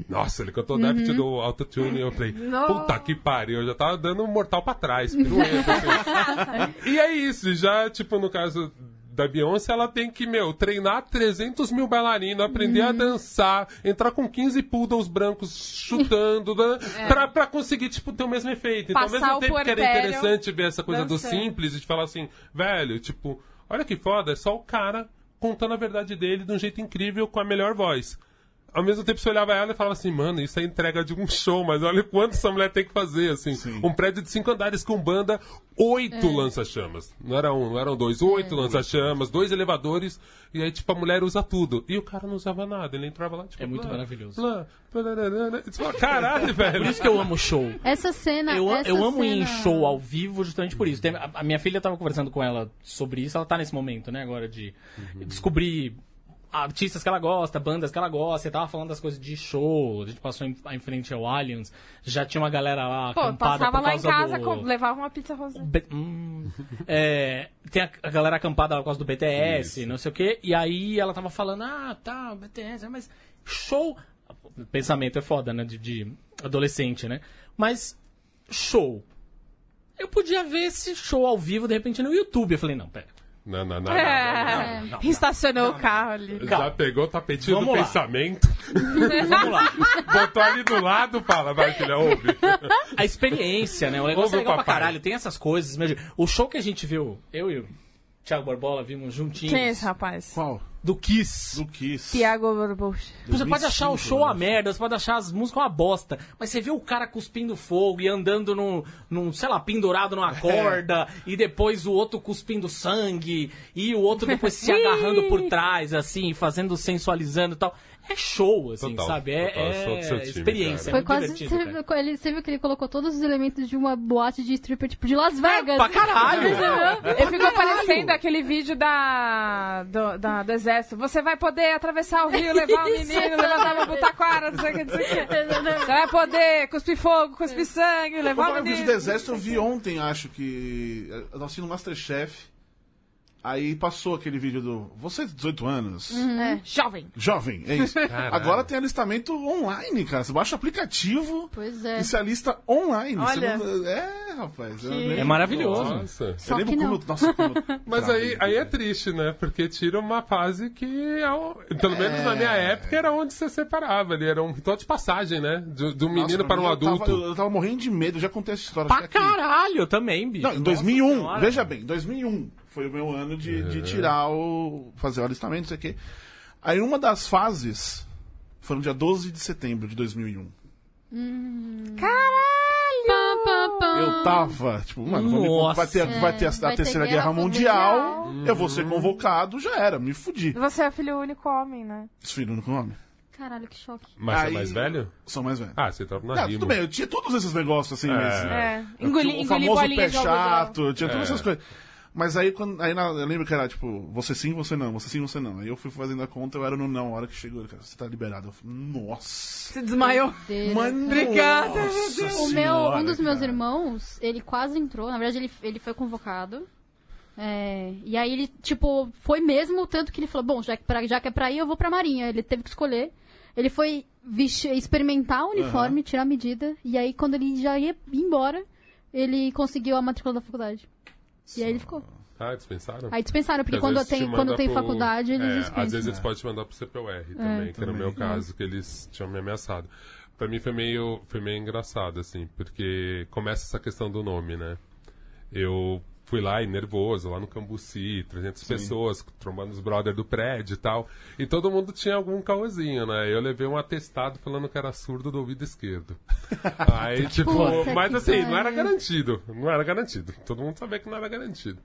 Nossa, ele cantou Deft
Uhum.
do Autotune e eu falei, puta que pariu, eu já tava dando um mortal pra trás, pirueta, assim.
(laughs)
E é isso, já, tipo, no caso da Beyoncé, ela tem que, meu, treinar 300 mil bailarinos, aprender
Uhum.
a dançar, entrar com 15 poodles brancos chutando, né, pra, pra conseguir, tipo, ter o mesmo efeito. Então, ao
É. Passar
mesmo
o
tempo que era
puerpério
interessante ver essa coisa do
dançando.
simples, e de falar assim, velho, tipo, olha que foda, é só o cara contando a verdade dele de um jeito incrível, com a melhor voz. Ao mesmo tempo, você olhava ela e falava assim, mano, isso é entrega de um show, mas olha quanto essa mulher tem que fazer, assim. Um prédio de cinco andares com banda, oito lança-chamas. Não era um, não eram dois, oito lança-chamas, dois elevadores, e aí, tipo, a mulher usa tudo. E o cara não usava nada, ele entrava lá, tipo...
É muito
blá,
maravilhoso.
blá, parararara. E você fala, Caralho, (laughs) velho!
Por isso que eu amo show.
Essa cena.
Ah,
Eu,
essa
eu amo é ir em
cena-
show ao vivo justamente por isso. Tem- a, a minha filha tava conversando com ela sobre isso, ela tá nesse momento, né, agora, de
Uhum.
descobrir artistas que ela gosta, bandas que ela gosta, e tava falando das coisas de show, a gente passou em, em frente ao Allianz, já tinha uma galera lá
Pô,
acampada
passava
por
lá em
causa
casa,
do...
com- levava uma pizza rosé.
Be- hum. É, tem a, a galera acampada lá por causa do BTS, não sei o quê. E aí ela tava falando, ah, tá, BTS, mas show. O pensamento é foda, né? De, de adolescente, né? Mas show. Eu podia ver esse show ao vivo, de repente, no YouTube. Eu falei, não, pera.
Não, não, não, não, não, não.
É. Estacionou o carro ali.
Já pegou o tapetinho
Vamos
do
lá.
pensamento, (laughs)
Vamos lá.
botou ali do lado, fala, vai, filha, ouve.
a experiência, né? O negócio
Ouve
é
o
legal pra
papai.
caralho. Tem essas coisas. meu Deus. O show que a gente viu, eu e o Thiago Borbola vimos juntinhos.
Quem é esse rapaz?
Qual?
Do Kiss.
Do Kiss.
Tiago Borbocha.
Você pode achar o
2005,
show uma merda, você pode achar as músicas uma bosta, mas você vê o cara cuspindo fogo e andando num, num sei lá, pendurado numa corda, e depois o outro cuspindo
(laughs)
sangue, e o outro depois se agarrando por trás, assim, fazendo, sensualizando e tal. é show, assim,
Total,
sabe? É,
total, eu sou do
é
seu time,
experiência,
Foi
é muito
quase.
divertido,
você,
cara.
viu- ele, você viu que ele colocou todos os elementos de uma boate de stripper, tipo, de Las Vegas.
É, Pra caralho!
Eu fico aparecendo aquele vídeo da, do, da- do exército. Você vai poder atravessar o rio, levar o menino, levantar uma butaquara, não sei o que, não sei o que. Você vai poder cuspir fogo, cuspir sangue,
é
Vou
levar
falar
o
um vídeo
menino.
do Exército, eu vi ontem, acho que. eh, Eu assisti no Masterchef. Aí passou aquele vídeo do. Você, 18 anos.
Uhum.
Jovem.
Jovem, é isso.
Caralho.
Agora tem alistamento online, cara. Você baixa o aplicativo
Pois é.
e se alista online. Você
Olha.
não- É, rapaz. eu nem-
É maravilhoso.
Nossa.
Eu
Só
lembro
que não.
como- Nossa, como...
(laughs) Mas aí, aí é triste, né? Porque tira uma fase que, é o- pelo menos na minha
É.
época, era onde você separava. Ali era um ritual de passagem, né? De, de um
Nossa,
menino
pra
para
mim,
um
eu tava-
adulto.
eu, eu tava morrendo de medo, eu já contei essa história. acho
Pra
que é aqui.
caralho também, bicho.
Não, em 2001,
Nossa Senhora.
veja bem, 2001 foi o meu ano de, de tirar o. fazer o alistamento, não sei o quê. Aí uma das fases foi no dia 12 de setembro de 2001.
Pam,
é
pam, pam.
Eu tava, tipo, mano, vou me-
Nossa.
vai ter, vai ter a, a
Vai ter
terceira
guerra
guerra, mundial, eu vou ser convocado, já era, me fudi.
Você é filho único homem, né?
Esse filho único homem.
Caralho, que choque.
Mas você
Aí-
é mais velho?
São mais velhos.
Ah, você tava na
Ah,
rima.
tudo bem, eu tinha todos esses negócios assim,
É.
mas.
É.
Eu
Engoli,
tinha o
engoli
famoso
bolinha
pé
de algodão.
chato, eu tinha todas
É.
essas coisas. Mas aí, quando, aí na- eu lembro que era tipo, você sim, você não, você sim, você não. Aí eu fui fazendo a conta, eu era no não, a hora que chegou, ele, cara, você tá liberado. Eu falei, nossa.
Você desmaiou.
Mano,
Obrigada, meu
nossa
O meu,
senhora,
um dos meus
cara.
irmãos, ele quase entrou. Na verdade, ele, ele foi convocado. É, e aí ele, tipo, foi mesmo, tanto que ele falou, bom, já que, pra, já que é pra ir, eu vou pra Marinha. Ele teve que escolher. Ele foi vestir- experimentar o uniforme, tirar a medida. E aí, quando ele já ia embora, ele conseguiu a matrícula da faculdade. E aí ele ficou.
Ah, dispensaram?
Aí dispensaram, porque
Às
quando
vezes te
tem,
manda
quando tem
pro-
faculdade, eles
É,
dispensam. né? É,
Às vezes eles podem te mandar pro CPUR também, que era o meu caso, que eles tinham me ameaçado. Pra mim foi meio, foi meio engraçado, assim, porque começa essa questão do nome, né? Eu fui lá e nervoso, lá no Cambuci, 300 pessoas, trombando os brother do prédio e tal. E todo mundo tinha algum caôzinho, né? Eu levei um atestado falando que era surdo do
(laughs)
ouvido esquerdo. Aí, tipo,
Puta
mas
que
assim, não era
pariu.
garantido. Não era garantido. Todo mundo sabia que não era garantido.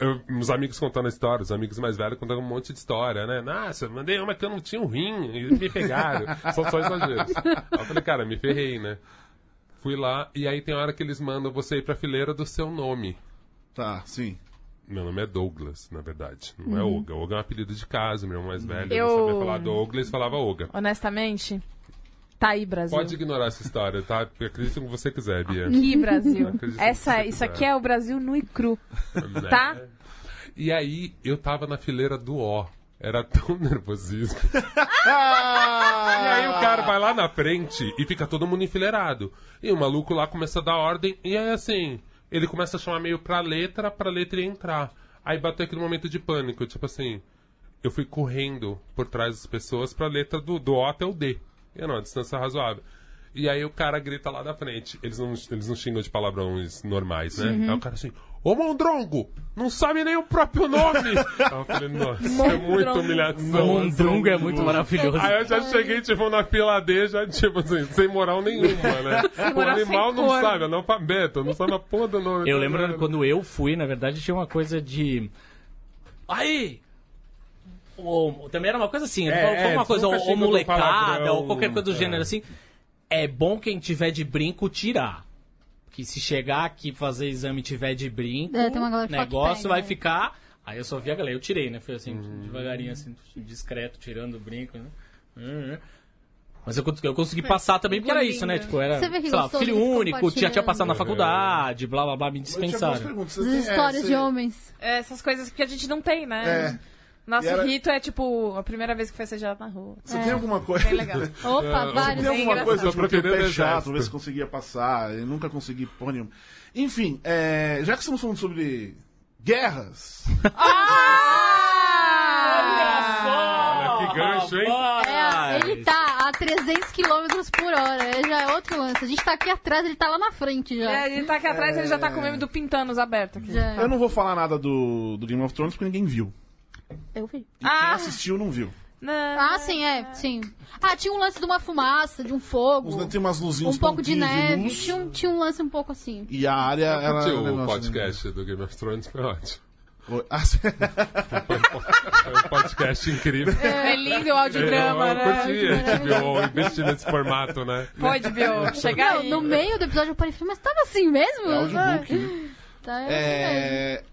Eu, os amigos contando a história, os amigos mais velhos contando um monte de história, né? Nossa, mandei uma que eu não tinha um rim e
(laughs)
me pegaram. São só exageros. Aí eu falei, cara, me ferrei, né? Fui lá e aí tem hora que eles mandam você ir pra fileira do seu nome.
Tá, sim.
Meu nome é Douglas, na verdade. Não é Olga. Olga é um apelido de casa, meu irmão mais velho.
Uhum. Eu-
Não sabia falar Douglas, falava Olga.
Honestamente, tá aí, Brasil.
Pode ignorar essa história, tá? Acredita no que você
(laughs)
quiser, Bia.
Aqui, Brasil.
Não acredito que
Essa,
você
isso aqui
quiser.
é o Brasil nu e cru.
Né?
Tá?
E aí, eu tava na fileira do O. Era tão (laughs) nervosismo.
Ah!
E aí o cara vai lá na frente e fica todo mundo enfileirado. E o maluco lá começa a dar ordem. E aí, assim, ele começa a chamar meio pra letra, pra letra entrar. Aí bateu aquele momento de pânico. Tipo assim, eu fui correndo por trás das pessoas pra letra do, do O até o D. E não, a distância razoável. E aí o cara grita lá da frente. Eles não, eles não xingam de palavrões normais, né? Aí o cara assim, ô Mondrongo, não sabe nem o próprio nome. aí eu falei, nossa, é muita humilhação.
Mondongo é muito maravilhoso.
Aí eu já cheguei, tipo, na fila D, já, tipo assim, sem moral nenhuma, né? o
moral,
animal
(laughs) sem
não
cor.
sabe, analfabeto, não sabe a porra do nome.
Eu
Tá
lembro
ligado?
quando eu fui, na verdade, tinha uma coisa de. Aí! Ou- também era uma coisa assim,
É,
foi uma
é,
coisa
nunca
ou, ou
chegou no
molecada,
palavrão,
ou qualquer coisa do
é.
gênero assim. É bom quem tiver de brinco tirar. Que se chegar aqui fazer exame e tiver de brinco,
É, tem uma galera
o
que fala que
negócio
pega,
vai
né?
ficar. Aí eu só vi a galera, eu tirei, né? Foi assim, devagarinho, assim, discreto, tirando o brinco, né? Hum. Mas eu, cons- eu consegui passar também, porque era isso, né? Tipo, era,
Você vê que
sei lá,
gostoso
filho
eles
único, tinha, tinha passado na
compartilhando.
faculdade, blá blá blá, me
Eu tinha algumas
dispensaram.
perguntas.
As
Você tem- é,
histórias
você-
de homens.
É, essas coisas que a gente não tem, né?
É.
Nosso
E era-
rito é tipo, a primeira vez que foi sejado na rua.
Você tem alguma coisa.
Bem legal.
É,
Opa, vários.
Tem alguma
É
engraçado.
coisa tipo,
Eu
que o
prefiro
pé
o
chato,
exército.
ver se conseguia passar, eu nunca consegui porra nenhuma. Enfim, é, já que estamos falando sobre guerras,
Ah!
Olha que gancho, hein?
É, ele tá a 300 km por hora. é, Já é outro lance. A gente tá aqui atrás, ele tá lá na frente já.
É, a gente tá aqui atrás, ele já tá com o meme do Pintanos aberto aqui.
Já.
eu não vou falar nada do, do Game of Thrones porque ninguém viu.
Eu vi.
Quem
Ah,
assistiu não viu.
não.
Ah, sim, é, sim. Ah, tinha um lance de uma fumaça, de um fogo,
Os- Tem umas luzinhas
um pouco de
pontinhos
neve.
luz,
tinha, um, tinha um lance um pouco assim.
E a área. Ela,
Curtiu
ela-
o podcast do Game of Thrones foi ótimo.
Oi. né? (laughs) Ah, sim.
(laughs)
Foi um podcast incrível.
É lindo o
eu,
audiodrama,
É, eu
né?
curti a HBO, investir nesse formato, né?
Pode, Bio,
(laughs)
chega
Não,
aí.
no meio do episódio eu parei, falei, mas tava assim mesmo?
É audiobook, né?
Tá, é...
É,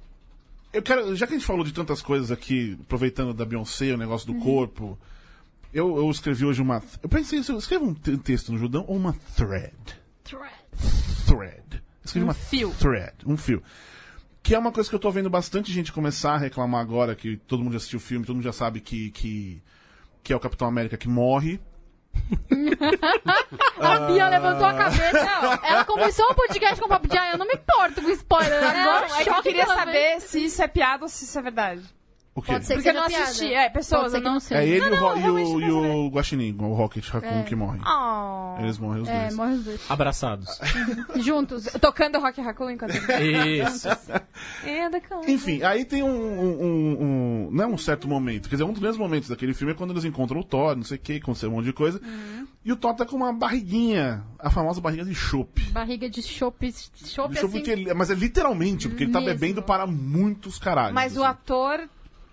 Eu quero, já que a gente falou de tantas coisas aqui, aproveitando da Beyoncé, o negócio do corpo, eu, eu escrevi hoje uma. Eu pensei, se eu escrevo um te- texto no Judão ou uma thread? Thread. Escrevi
Um
uma
fio.
thread, um fio. Que é uma coisa que eu tô vendo bastante gente começar a reclamar agora, que todo mundo já assistiu o filme, todo mundo já sabe que, que, que é o Capitão América que morre.
A Bia levantou a cabeça.
Ela começou o podcast com o papo de ah, eu não me importo com spoiler. Agora
Não, é que eu
choque
queria
ela vem.
saber se isso é piada ou se isso é verdade.
O quê?
Pode ser que
Porque eu
seja
não
piada.
assisti. É,
Pode
pessoas,
ser
eu
que não
não...
É
seja.
ele e o Ro-
não,
e o,
realmente
e o Guaxinim, o Rocket Raccoon que morre.
Oh.
Eles morrem os
É,
dois.
morre os dois.
Abraçados.
Juntos.
Tocando Rock Raccoon enquanto...
Isso.
É, da cama.
Enfim, aí tem um, um, um, um- Não é um certo momento. Quer dizer, um dos grandes momentos daquele filme é quando eles encontram o Thor, não sei o que, aconteceu um monte de coisa.
Uhum.
E o Thor tá com uma barriguinha, a famosa barriga de chope.
Barriga de chope, chope
De chope
assim.
que ele- mas é literalmente, porque ele tá
Mesmo.
bebendo para muitos caralhos.
Mas o
assim.
ator...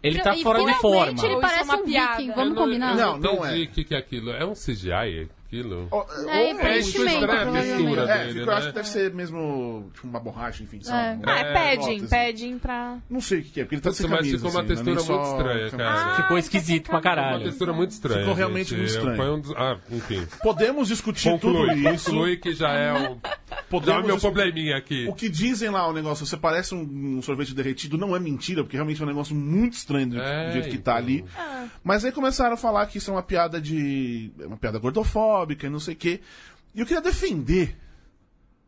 Ele tá
E
fora de
finalmente
forma.
ele
Ou
parece
isso é uma
um
piada.
viking,
Eu
vamos combinar.
não-
Eu
não
não,
é.
entendi o que, que é aquilo. É um CGI aquilo?
Ó,
É,
ou-
é isso,
preenchimento,
estranha a mistura
provavelmente.
É,
dele,
fica- eu
né?
acho que deve ser mesmo tipo, uma borracha, enfim. sei
É.
lá.
Ah, é padding.
notas,
Padding pra...
Não sei o que que é, porque ele tá
Nossa,
sem
mas
camisa.
ficou uma
assim, não é nem
textura muito
só
estranha, cara.
Ficou
Ah,
tá sem
esquisito pra
camisa.
Uma
caralho.
textura muito estranha.
Ficou realmente
gente.
muito estranho.
Foi um dos- Ah, enfim.
Podemos discutir tudo
Conclui,
isso.
conclui que já é o, já é o
Podemos
meu
discutir-
probleminha aqui.
O que dizem lá o negócio, você parece um, um sorvete derretido, não é mentira, porque realmente é um negócio muito estranho do,
É,
do jeito que tá
então.
ali. Mas aí começaram a falar que isso é uma piada de. é uma piada gordofóbica e não sei o quê. E eu queria defender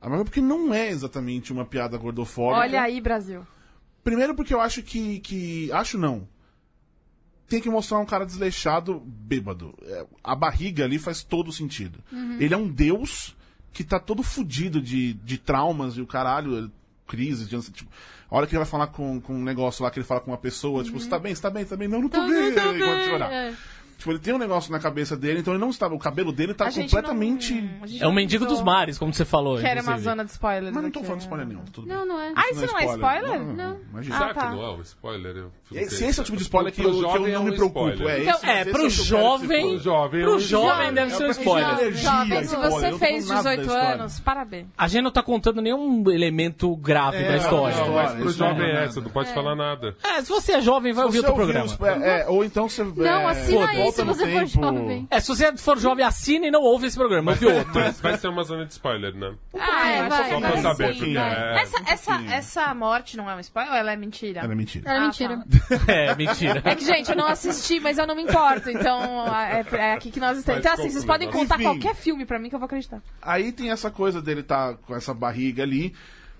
a Marvel, porque não é exatamente uma piada gordofóbica.
Olha aí, Brasil.
Primeiro porque eu acho que. que acho não. Tem que mostrar um cara desleixado, bêbado. É, A barriga ali faz todo sentido.
Uhum.
Ele é um deus que tá todo fudido de, de traumas e o caralho, crises, de ansiedade. Tipo, a hora que ele vai falar com, com um negócio lá, que ele fala com uma pessoa, tipo, você tá
Uhum.
bem, você tá bem, você tá bem? Não, não tô
Não,
bem.
não tô
Ele começa a
bem,
chorar.
é.
Tipo, ele tem um negócio na cabeça dele, então ele não está. O cabelo dele tá
A gente
completamente.
não- Hum, a gente
É um
não
mendigo
usou.
dos mares, como você falou.
Que era uma
inclusive.
zona de spoilers.
Mas não tô
aqui,
falando
né?
spoiler nenhum, tudo
Não,
bem.
não é.
Ah, isso não é spoiler?
Não, não, imagina.
Ah,
Será
tá.
que não é um spoiler? Eu fico
É, se esse é o tipo de
pensando.
spoiler que eu,
Pro
que eu
jovem é
não
um
me preocupo.
spoiler.
É,
Então,
esse,
é,
esse
pro
o que eu quero que se
jovem-
Pro
foda.
jovem. é um
Pro
spoiler.
jovem deve ser um
Jovem.
spoiler.
energia,
Jovem, se
spoiler, eu
você
não
fez
tô nada da
18
história.
anos, parabéns.
A gente não tá contando nenhum elemento grave
É,
da história.
não,
Não,
spoiler,
mas pro
isso não é
jovem é
nada.
essa, não pode falar nada.
É, se você é jovem, vai ouvir
Você
outro
ouviu
programa.
os- é, é, ou então você.
Não,
é,
assina
volta
aí se
no
você for
tempo.
jovem.
É, se você for jovem, assina e não ouve esse programa, ouve outro.
(laughs)
Mas vai ser uma zona de spoiler, né?
Ah,
é,
eu
vai,
acho que
Só pra
agora
saber,
sim.
porque
vai.
é...
Essa, essa, essa morte não é um spoiler ou ela é mentira?
Era mentira.
Era
Ah,
mentira.
É, mentira.
É que, (laughs) gente, eu não assisti, mas eu não me importo. Então, é, é aqui que nós estamos. Então, assim, vocês podem contar
Enfim.
qualquer filme pra mim que eu vou acreditar.
Aí tem essa coisa dele tá com essa barriga ali.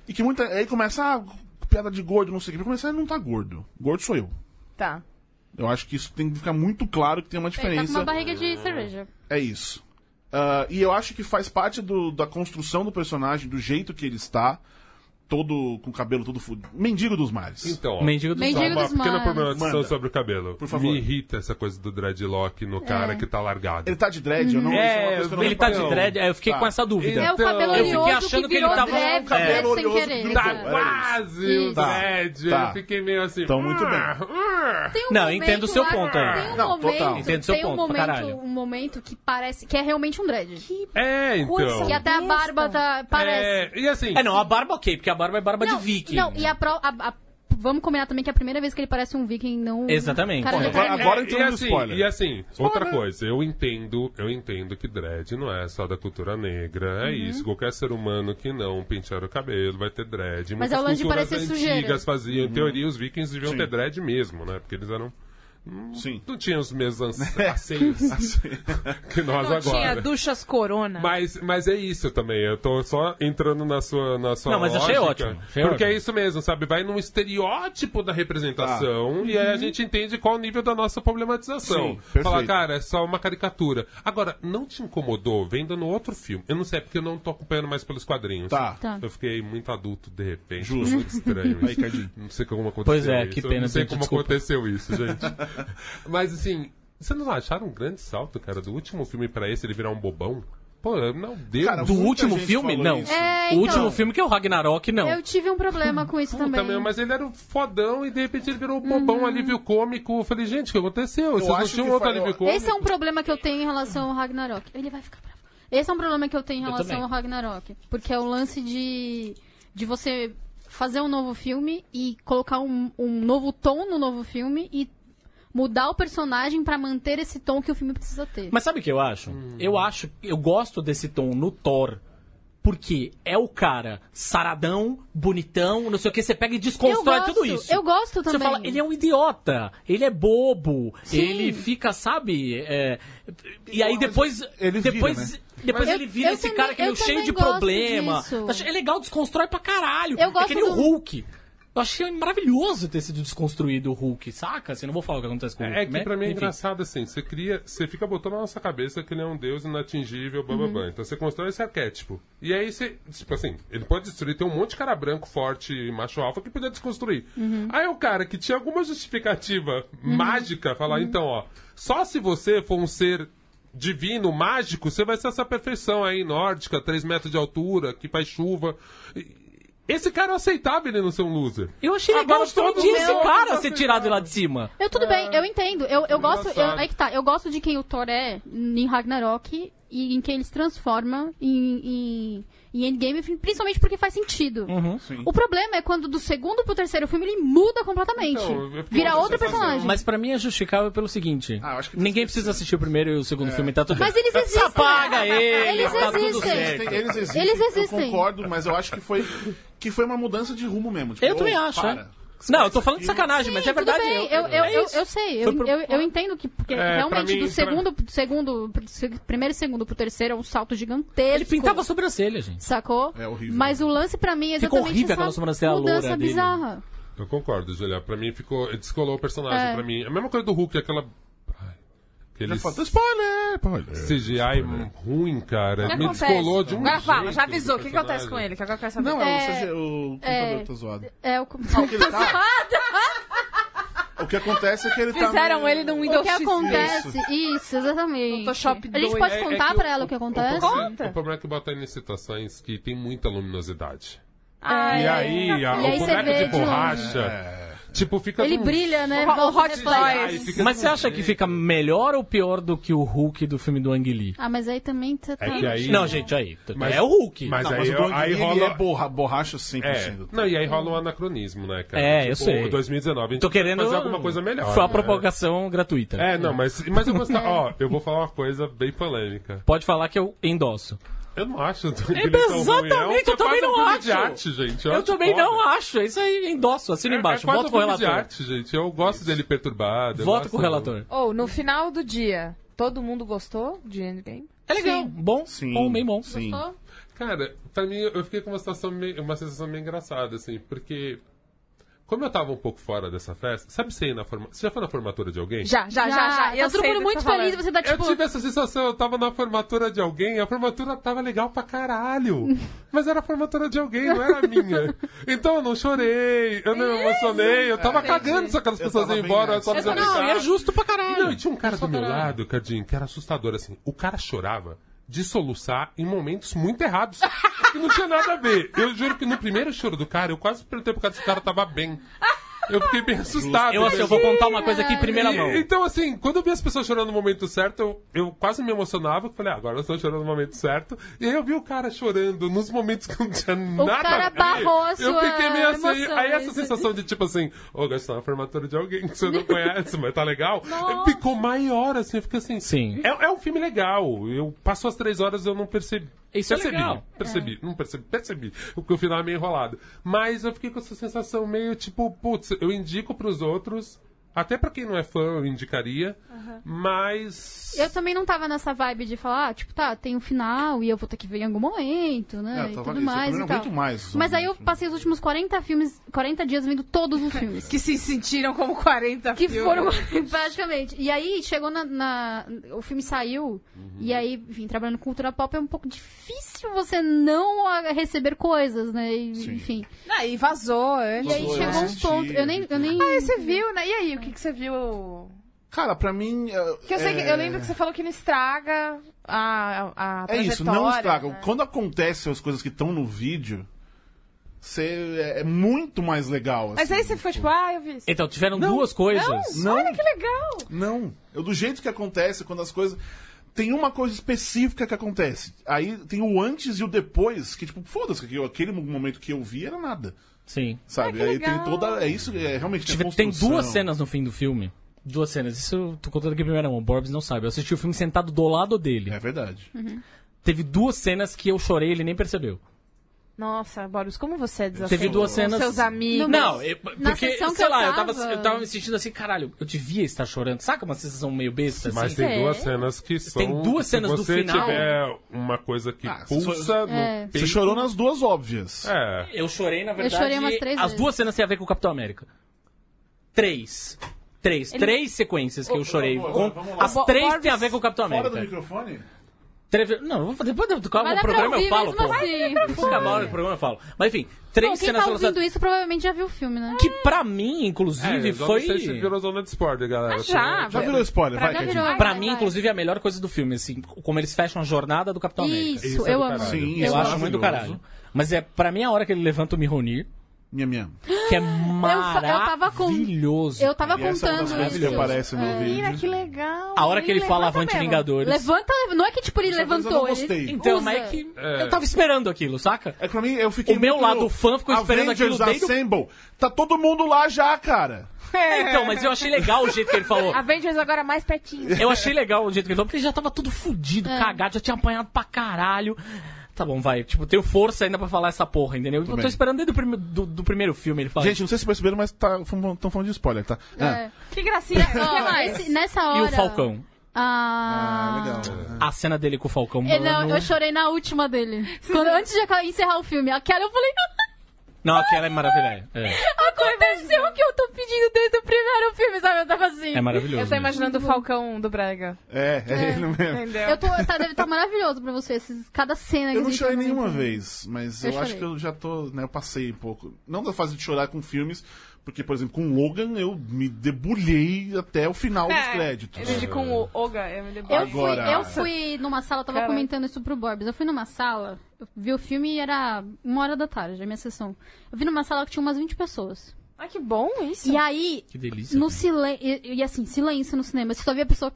E que muita. Aí começa ah, piada de gordo, não sei o que. Começar ele não tá gordo. Gordo sou eu.
Tá.
Eu acho que isso tem que ficar muito claro que tem uma
Ele tá com
diferença.
uma barriga de cerveja.
É isso. Ah, e eu acho que faz parte do- da construção do personagem, do jeito que ele está. Todo com o cabelo todo fudido. Mendigo dos mares.
Então, ó,
Mendigo do
Mendigo
só
Sol.
uma
dos
pequena
mares.
problematização
Manda.
sobre o cabelo.
Por favor.
Me irrita essa coisa do dreadlock no cara que tá largado.
Ele tá de dread, eu não isso uma
É,
coisa que eu não
ele tá de
reparei.
dread, é, eu fiquei
Tá.
com essa dúvida.
É o cabelo
eu fiquei
oleoso
achando
que
que ele
virou
tava-
dread,
É,
dread
cabelo
sem
oleoso
querer.
que
Tá
Era isso.
quase o
Tá,
dread.
tá.
Eu fiquei meio assim.
Então, muito bem.
Tem
Não, entendo o seu
lá-
ponto aí.
Tem um
Não,
momento,
total.
Entendo seu
tem um
ponto pra
momento,
caralho.
um momento que parece que é realmente um dread. Que,
É, então.
até a barba tá, parece.
É, e assim,
É, não, a barba ok, porque a barba é barba de viking.
Não, e a, pro- a- a- vamos combinar também que é a primeira vez que ele parece um viking, não. um
Exatamente.
Cara de
Agora-
dread.
agora
É,
entrou
e
no
assim,
spoiler.
E assim, outra coisa, eu entendo, eu entendo que dread não é só da cultura negra, é isso. Qualquer ser humano que não pentear o cabelo vai ter dread.
Mas
Muitas
é o lance de
culturas
parecer
antigas
sujeira.
faziam, em teoria, os vikings deviam
Sim.
ter dread mesmo, né? Porque eles eram.
Sim.
(laughs)
Não tinham os mesmos ans- anseios
(laughs)
que nós
Não
agora.
tinha duchas corona.
Mas, mas é isso também. Eu tô só entrando na sua, na sua
Não, mas
lógica,
achei ótimo, achei
porque
ótimo.
é isso mesmo, sabe? Vai num estereótipo da representação e aí a gente entende qual o nível da nossa
Ah. Sim,
problematização.
perfeito.
Fala, cara, é só uma caricatura. Agora, não te incomodou vendo no outro filme? Eu não sei, é porque eu não tô acompanhando mais pelos quadrinhos.
Tá.
Tá.
Eu fiquei muito adulto de repente.
Justo.
Foi
(laughs)
muito estranho
Aí,
isso.
Cardinho.
não sei como aconteceu
Pois é,
isso.
que
Eu
pena,
Não sei
gente,
como
desculpa.
aconteceu isso, gente.
(laughs)
Mas assim, vocês não acharam um grande salto, cara, do último filme pra esse ele virar um bobão? Pô, meu Deus.
Cara,
Do
muita
último
gente
filme?
falou
Não.
isso.
É,
O
então,
último filme que é o Ragnarok, não.
Eu tive um problema com isso
Puta,
também. né?
meu, mas ele era um fodão e de repente ele virou um bobão alívio cômico. Eu falei, gente, o que aconteceu? Vocês não
Uhum. acho
tinham
que
outro
foi-
alívio cômico?
Esse é um problema que eu tenho em relação ao Ragnarok. Ele vai ficar bravo. Esse é um problema que eu tenho em
também.
relação ao Ragnarok. Porque é o lance de, de você fazer um novo filme e colocar um, um novo tom no novo filme e mudar o personagem pra manter esse tom que o filme precisa ter.
Mas sabe o que eu acho?
Hum.
Eu acho, eu gosto desse tom no Thor. Porque é o cara saradão, bonitão, não sei o que, você pega e desconstrói
Eu gosto,
tudo isso.
eu gosto
Você
também.
fala, ele é um idiota, ele é bobo,
Sim.
ele fica, sabe? é, e aí depois.
ele vira,
depois
né?
depois
Eu-
ele vira
eu
esse
também-
cara que é meio
eu
cheio
também
de
gosto
problema.
disso.
Eu acho- É legal, desconstrói pra caralho.
Eu
é
gosto
que nem o
do-
Hulk. Eu achei maravilhoso ter sido desconstruído o Hulk, saca? Assim, não vou falar o que acontece com o Hulk.
É que
né?
pra mim é
Enfim.
engraçado assim, você cria, você fica botando na nossa cabeça que ele é um deus inatingível, blá blá
Uhum.
blá. Então você constrói esse arquétipo. E aí você, tipo assim, ele pode destruir, tem um monte de cara branco, forte, e macho alfa que podia desconstruir.
Uhum.
Aí o cara que tinha alguma justificativa mágica, falar,
Uhum.
então, ó, só se você for um ser divino, mágico, você vai ser essa perfeição aí, nórdica, 3 metros de altura, que faz chuva. E- Esse cara é aceitável ele não ser um loser.
Eu achei legal
Agora
justamente
todo
esse
mundo
cara
tá
ser
ferrado.
tirado lá de cima.
Eu tudo bem, eu entendo. Eu, eu gosto.
É. engraçado.
Eu, aí que tá, eu gosto de quem o Thor é em Ragnarok e em quem ele se transforma em, em, em Endgame, principalmente porque faz sentido.
Uhum.
O problema é quando do segundo pro terceiro filme ele muda completamente.
Então, eu fiquei
vira
com essa
outro
sensação.
personagem. Mas...
Mas pra mim é justificável pelo seguinte:
Ah, eu acho que
ninguém precisa assistir o primeiro e o segundo
É.
filme, tá tudo bem.
eles existem.
Apaga ele,
Eles
tá tudo
existem.
certo.
Eles existem.
Eles
Eu
existem.
concordo, mas eu acho que foi, que foi uma mudança de rumo mesmo. Tipo,
Eu também
ô,
acho.
para.
é. Não, eu tô falando de sacanagem, mas
Sim,
é verdade.
Tudo bem. Eu, eu,
é
eu,
isso.
eu sei,
Foi
eu,
pro-
eu, eu entendo que porque
É, pra
realmente
mim,
do
pra-
segundo, pro segundo, pro se- primeiro e segundo pro terceiro é um salto gigantesco.
Ele pintava a sobrancelha, gente.
Sacou?
É horrível.
Mas o lance pra mim é
Ficou
exatamente
horrível
essa
aquela sobrancelha
mudança
loura dele.
bizarra.
Eu concordo, Julia. Pra mim ficou. Descolou o personagem
É.
pra mim. A mesma coisa do Hulk, aquela. Ai,
Já
É
Aquele
faltou spoiler! spoiler.
CGI ruim, cara.
que
Me
acontece?
descolou de um.
Agora fala,
jeito
já avisou. O que, que
personagem.
acontece com ele? Que agora eu quero saber.
Não,
É,
é, o CG o computador
é.
tá zoado.
É
(laughs)
o
O que, ele tá- o que acontece é que ele tá.
Fizeram
meio-
ele num
O
Windows
que
XP.
acontece? Isso, exatamente.
Photoshop
A gente
2.
pode
É- é
contar
que
pra ela o que acontece?
O, problema-
Conta.
o problema é que botam ele em situações que tem muita luminosidade.
Ah,
e
é.
aí, a-
E aí você
o boneco
vê
de
de longe.
borracha.
É.
Tipo, fica.
Ele
num-
brilha, né?
O Hot- o
Volta
Hot
depois.
Toys.
fica
Mas
num
você acha que
jeito.
fica melhor ou pior do que o Hulk do filme do Ang Lee?
Ah, mas aí também você tá...
É que aí.
Não, gente, aí.
Mas-
é o Hulk.
mas
Não,
aí
Mas o
eu-
Bond
aí
ele
rola-
é borra, borracha 100%.
tá
É. Não, e aí rola um anacronismo, né, cara?
É, eu
Tipo,
sei.
2019 a gente
Tô querendo.
fazer alguma coisa melhor.
Foi uma
né?
propagação gratuita.
É, não, mas, mas eu gostava. Ó, eu vou falar uma coisa bem polêmica.
Pode falar que eu endosso.
Eu não acho.
É, exatamente, eu também não acho.
um De arte, gente.
Eu
acho
também
foda.
não acho. É Isso aí, endosso. Assina
É,
embaixo.
é quase
Voto com o
um filme de
relator.
arte, gente. Eu gosto dele perturbado. eu
Voto
gosto-
com o relator.
Ou, no final do dia, todo mundo gostou de Endgame?
É legal.
Sim.
Bom,
Sim.
bom, bem bom.
Sim.
Cara, pra mim, eu fiquei com uma sensação meio, uma sensação meio engraçada, assim, porque. Como eu tava um pouco fora dessa festa, sabe você ir na formatura. Você já foi na formatura de alguém?
Já, já, já, já.
Tá
Eu
todo
sei
mundo
do que
muito
você tá
feliz e
falando.
você tá
Eu
tipo...
tive essa sensação, eu tava na formatura de alguém, a formatura tava legal pra caralho. (laughs) Mas era a formatura de alguém, não era a minha. Então eu não chorei, eu não me emocionei, eu tava cagando se aquelas
Eu
pessoas
tava
iam
bem
embora, É, eu
nessa.
só precisava
Não,
brincar.
e é justo pra caralho.
Não, e tinha um cara do meu lado, Cardinho, que era assustador, assim. O cara chorava de soluçar em momentos muito errados. que não tinha nada a ver. Eu juro que no primeiro choro do cara, eu quase perguntei pro cara se o cara tava bem. Eu fiquei bem assustado.
Eu, assim, eu vou contar uma coisa aqui em primeira
E-
mão.
Então, assim, quando eu vi as pessoas chorando no momento certo, eu, eu quase me emocionava. Eu falei, ah, agora eu estou chorando no momento certo. E aí eu vi o cara chorando nos momentos que não tinha nada.
cara
a ver.
barrou a
Eu
sua
fiquei meio assim.
emoção,
aí essa
isso.
sensação de tipo assim, ô, gastar uma formatura de alguém que você
(laughs)
não conhece, mas tá legal. Ficou maior, assim. Eu fiquei assim.
Sim.
É, é um filme legal. Eu passou as três horas eu não percebi.
Isso é
percebi,
legal.
Percebi, não percebi, percebi. Porque o final é meio enrolado. Mas eu fiquei com essa sensação meio tipo, putz, eu indico pros outros. Até pra quem não é fã, eu indicaria. Mas.
Eu também não tava nessa vibe de falar, ah, tipo, tá, tem um final e eu vou ter que ver em algum momento, né?
É,
e
eu tava nisso,
tudo
eu
mais
também
e
não
então.
tal.
aguento mais. né,
Mas aí eu passei os últimos 40 filmes, 40 dias vendo
(laughs)
todos os filmes.
Que se sentiram como 40
Que
filmes.
foram (laughs) praticamente. E aí chegou na. na- o filme saiu. E aí, enfim, trabalhando com cultura pop é um pouco difícil você não ah, receber coisas, né? E,
Sim.
enfim.
Ah, e vazou.
E aí
Vazou, eu
chegou um
assisti, Ah, é
ponto. Eu nem. Eu nem
Aí você viu, né? E aí, o que, que você viu?
Cara, pra mim. eh,
Que eu, sei que-
é-
eu lembro que você falou que não estraga a, a, a
É isso, não
trajetória,
estraga.
né?
Quando acontecem as coisas que estão no vídeo, você é é muito mais legal.
Mas
assim,
aí você ficou tipo, ah, eu vi isso.
Então, tiveram duas coisas.
Não,
Olha que legal.
não. Eu, do jeito que acontece, quando as coisas. Tem uma coisa específica que acontece. Aí tem o antes e o depois, que, tipo, foda-se, que eu- aquele momento que eu vi era nada.
Sim.
Sabe?
Ah, que
aí tem
legal.
toda. É isso, é realmente.
Tipo,
a
Tive- tem
construção.
duas cenas no fim do filme. Duas cenas. Isso eu tô contando aqui primeiro, não. O Borbs não sabe. Eu assisti o filme sentado do lado dele.
É verdade.
Teve duas cenas que eu chorei e ele nem percebeu.
Nossa, Boris, como você é desafio.
Teve duas
Com
cenas-
Seus amigos.
Não, eu-
na
porque,
sessão que
sei
eu
lá, eu, tava,
tava-
eu tava me sentindo assim, caralho, eu devia estar chorando. Saca uma sensação meio besta, assim?
Mas tem
Sim.
duas cenas que são.
duas cenas
se
do
você
final.
tiver uma coisa que
Ah, se
pulsa no
É.
peito.
Você chorou nas duas óbvias.
É.
Eu chorei, na verdade,
chorei umas três
as
vezes.
duas cenas têm a ver com o Capitão América. Três. Três. Três sequências que eu chorei.
vamos
Com-
lá, vamos lá.
As
Bo-
três
Borbs-
têm a ver com o Capitão
Fora do
América.
microfone?
Três- Não, eu vou fazer depois do do-
Mas
do
dá pra
programa
ouvir
eu falo,
mesmo
pô.
assim.
Depois que acabar a hora do programa eu falo. Mas enfim, três
Bom, quem
cenas
tá ouvindo
relacionadas-
isso provavelmente já viu o filme, né?
Que pra mim, inclusive,
É,
foi.
Não sei se virou zona de spoiler, galera.
Ah, já.
Já virou spoiler, vai,
já
Cadinho.
virou.
Pra
Vai,
mim,
vai.
inclusive, é a melhor coisa do filme, assim, como eles fecham a jornada do Capitão América.
Isso,
Isso é
eu
do
amo.
caralho.
Sim,
Eu
isso é
acho muito
maravilhoso.
caralho. Mas é pra mim a hora que ele levanta o Mihonir,
Minha, minha.
que é
fa- (gasps) eu tava com-
maravilhoso.
Eu tava
E essa é uma das
contando
coisas
isso.
que aparece no
Menina,
vídeo.
que legal.
A hora que ele fala Avante
mesmo.
Vingadores.
Levanta, leva- não é que tipo ele
Essa coisa eu
levantou.
não gostei.
Ele
Então,
usa.
mas é que eu tava esperando aquilo, saca?
É que pra mim, eu fiquei.
O meu
muito
lado
no
fã ficou esperando
Avengers
aquilo desde o-
Assemble. Tá todo mundo lá já, cara.
É.
Então, mas eu achei legal o jeito que
(laughs)
ele falou.
Avengers agora mais pertinho.
(laughs) Eu achei legal o jeito que ele falou, porque ele já tava tudo fudido,
É.
cagado, já tinha apanhado pra caralho. Tá bom, vai. Tipo, tenho força ainda pra falar essa porra, entendeu? eu tô
bem.
esperando desde o prime- do, do primeiro filme ele fala.
Gente, não sei se perceberam, mas tá, estão falando de spoiler, tá?
É.
Que gracinha. O que
Ó,
mais?
esse- nessa hora.
e o Falcão.
É
Ah.
A cena dele com o Falcão.
É,
Mano...
não, eu chorei na última dele. Quando,
tá-
antes de aca- encerrar o filme, aquela eu falei.
Não, aquela é maravilhosa.
(laughs)
É,
Aconteceu o que eu tô pedindo desde o primeiro filme, sabe? Eu tava assim.
é maravilhoso.
Eu tô
mesmo.
imaginando o Falcão do Brega.
É, é, ele mesmo.
Entendeu?
Eu tô, tá, deve estar maravilhoso pra você, esses, cada cena que
Eu não
existe
chorei
no
nenhuma
filme.
vez, mas eu,
Eu
acho
chorei.
que eu já tô, né, eu passei um pouco. Não da fase de chorar com filmes, porque, por exemplo, com Logan eu me debulhei até o final dos
É,
créditos.
Ele de com o Oga, eu me lembro.
Eu fui,
Agora-
eu fui numa sala, eu tava
Caraca.
comentando isso pro Borbs. Eu fui numa sala, eu vi o filme e era uma hora da tarde, a minha sessão. Eu vi numa sala que tinha umas 20 pessoas.
Ah, que bom isso.
E aí,
Que delícia.
no
cara.
silêncio. E, e assim, silêncio no cinema. Você só via a pessoa.